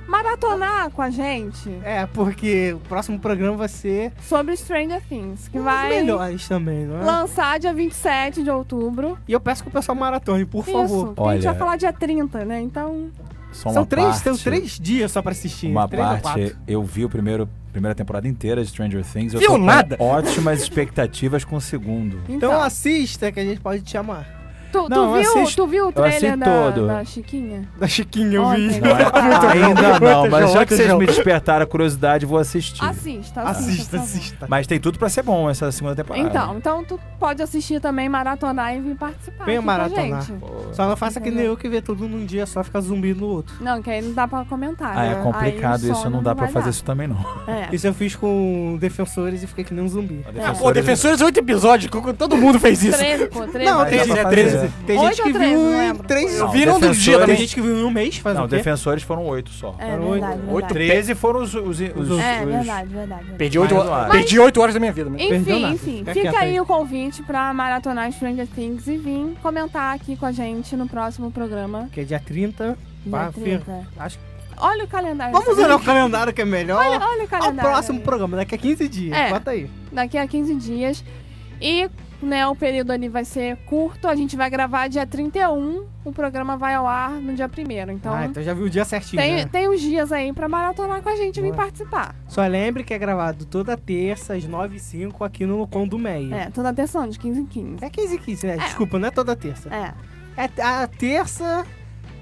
S2: maratonar com a gente
S3: É, porque o próximo programa vai ser
S2: sobre Stranger Things, que
S3: um dos
S2: vai
S3: melhores também, não é?
S2: lançar dia 27 de outubro.
S3: E eu peço que o pessoal maratone, por
S2: Isso,
S3: favor.
S2: porque a gente
S5: Olha.
S2: vai falar dia 30, né? Então,
S5: Só uma
S3: São três,
S5: parte,
S3: são três dias só pra assistir.
S5: Uma
S3: três ou
S5: parte,
S3: quatro.
S5: eu vi o primeiro, primeira temporada inteira de Stranger Things. Eu
S6: Viu
S5: tô com
S6: nada?
S5: Ótimas expectativas com o segundo.
S2: então,
S3: Então assista que a gente pode te chamar.
S2: tu, tu
S5: não, eu
S2: viu,
S5: assisto-
S2: tu viu o trailer
S5: assisto
S2: da,
S5: todo.
S2: da Chiquinha?
S3: Da Chiquinha, eu
S2: Ontem.
S3: vi.
S5: Não é- ainda não,
S6: Muito
S5: mas
S6: bom,
S5: já que
S6: muito
S5: vocês
S6: bom.
S5: me despertaram a curiosidade, vou assistir.
S2: Assista, assista.
S3: Assista,
S2: por favor.
S3: assista.
S5: Mas tem tudo pra ser bom essa segunda
S2: tá.
S5: temporada.
S2: Então, então tu pode assistir também, maratonar e vir participar.
S3: Venha
S2: aqui Com a
S3: maratonar.
S2: gente.
S3: Só não faça que nem eu que vê tudo num dia só fica zumbi no outro.
S2: Não, que aí não dá pra comentar.
S5: Ah,
S2: né?
S5: é complicado
S2: Aí o
S5: isso,
S2: sono
S5: não dá pra
S2: vai
S5: fazer
S2: dar.
S5: isso também não.
S2: É.
S3: Isso eu fiz com defensores e fiquei que nem um zumbi.
S6: Pô, Defensores, oito episódios. co- Todo mundo fez isso.
S2: 13, pô, 13.
S3: Não,
S5: Mas
S3: tem
S5: dá
S3: gente,
S5: pra
S3: é
S5: fazer.
S3: 13. Tem
S2: Oito
S3: gente
S2: ou
S3: que
S2: três, não
S3: viu em
S2: lembro.
S3: três. um
S5: Não,
S6: Viram do dia
S5: defensores-
S3: Tem
S6: também.
S3: gente que viu em um mês, faz
S5: Não,
S3: o quê?
S5: defensores foram oito só.
S2: É
S3: Oito.
S2: verdade,
S6: Oito.
S2: verdade.
S5: Treze foram os. os,
S3: Os-
S5: os-
S2: É
S5: os-
S2: verdade, verdade. verdade.
S6: Perdi oito
S5: Mas-
S6: horas. Perdi oito horas da minha vida. né?
S3: Perdeu
S2: Enfim,
S3: nada.
S2: enfim,
S3: Fica
S2: fica
S3: quieto
S2: aí
S3: aí.
S2: o convite pra maratonar Stranger Things e vir comentar aqui com a gente no próximo programa.
S3: Que é dia 30.
S2: dia
S3: Pá,
S2: 30.
S3: firma. Acho-
S2: Olha o calendário.
S3: Vamos
S2: Olha-
S3: olhar o calendário que é melhor.
S2: Olha, olha o
S3: Ao
S2: calendário.
S3: próximo programa, daqui a 15 dias.
S2: É.
S3: Bota aí.
S2: Daqui a 15 dias. E né, o período ali vai ser curto. A gente vai gravar dia 31. O programa vai ao ar no dia 1 Então,
S3: Ah, então já viu o dia certinho.
S2: tem,
S3: né?
S2: tem uns dias aí pra maratonar com a gente e vir
S3: Boa.
S2: participar.
S3: Só lembre que é gravado toda terça, às 9 h 05 aqui no Lucon do Meio.
S2: É, toda atenção, de 15 em 15.
S3: É 15 e 15, né? Desculpa, não é toda terça.
S2: É,
S3: É a terça,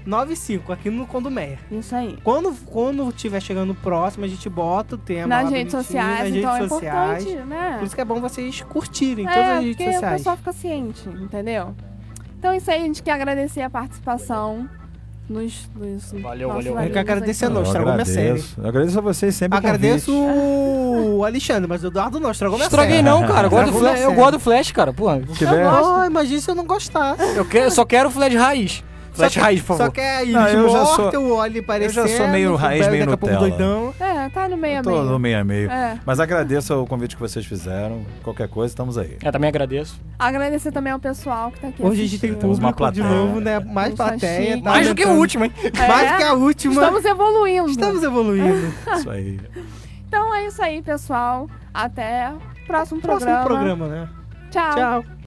S3: 9 e 5 aqui no Lucon do Meio.
S2: isso aí.
S3: Quando, quando tiver chegando próximo, a gente bota o tema. lá
S2: Nas redes
S3: bonitinho,
S2: sociais,
S3: nas
S2: então
S3: redes
S2: é
S3: sociais.
S2: importante, né?
S3: Por isso que é bom vocês curtirem
S2: é,
S3: todas as
S2: porque
S3: redes
S2: o
S3: sociais.
S2: pessoal fica ciente, entendeu? Então é isso aí, a gente quer agradecer a participação dos, dos
S6: Valeu,
S2: nossos
S6: valeu, valeu.
S2: amigos
S3: Eu que agradeço a
S2: aqui.
S3: nós. estragou minha
S5: agradeço. Eu agradeço a vocês sempre. o
S3: Agradeço
S5: convite.
S3: o Alexandre, mas o Eduardo não, estragou minha
S6: Estraguei
S3: série.
S6: não, cara. Eu gosto do
S3: Estragou
S6: Flash,
S3: minha
S6: eu
S3: série.
S6: gosto do Flash, cara. Pô, eu
S5: Se tiver-
S3: Ah, imagina se eu não gostasse.
S6: quero- eu só quero o Flash raiz. Flash
S3: Só-
S6: raiz, por
S3: Só
S6: favor.
S3: que é
S5: Não,
S3: Iris
S5: eu já
S3: morta,
S5: sou-
S3: o Oli
S5: já
S3: parecendo.
S5: sou meio
S3: o
S5: raiz,
S3: Belo
S5: meio
S3: daqui a pouco
S5: Nutella.
S3: doidão.
S2: É, tá no meio a
S5: Eu tô
S2: meio.
S5: no meio a meio.
S2: É.
S5: Mas agradeço o convite que vocês fizeram. Qualquer coisa, estamos aí.
S6: É, também agradeço.
S2: Agradecer também ao pessoal que tá aqui.
S3: Hoje a gente tem
S5: Temos uma
S3: público de
S5: plateia.
S3: novo, né? Mais
S2: Isso,
S3: plateia.
S2: achei.
S3: tá
S6: Mais do que o
S3: aumentando.
S6: último, hein?
S2: assistindo.
S3: Mais do que
S2: É,
S3: a última.
S2: Estamos evoluindo.
S3: Estamos evoluindo.
S5: Isso aí.
S2: Então é isso aí, pessoal. Até o próximo,
S3: Próximo programa, né?
S2: Tchau.
S3: Tchau.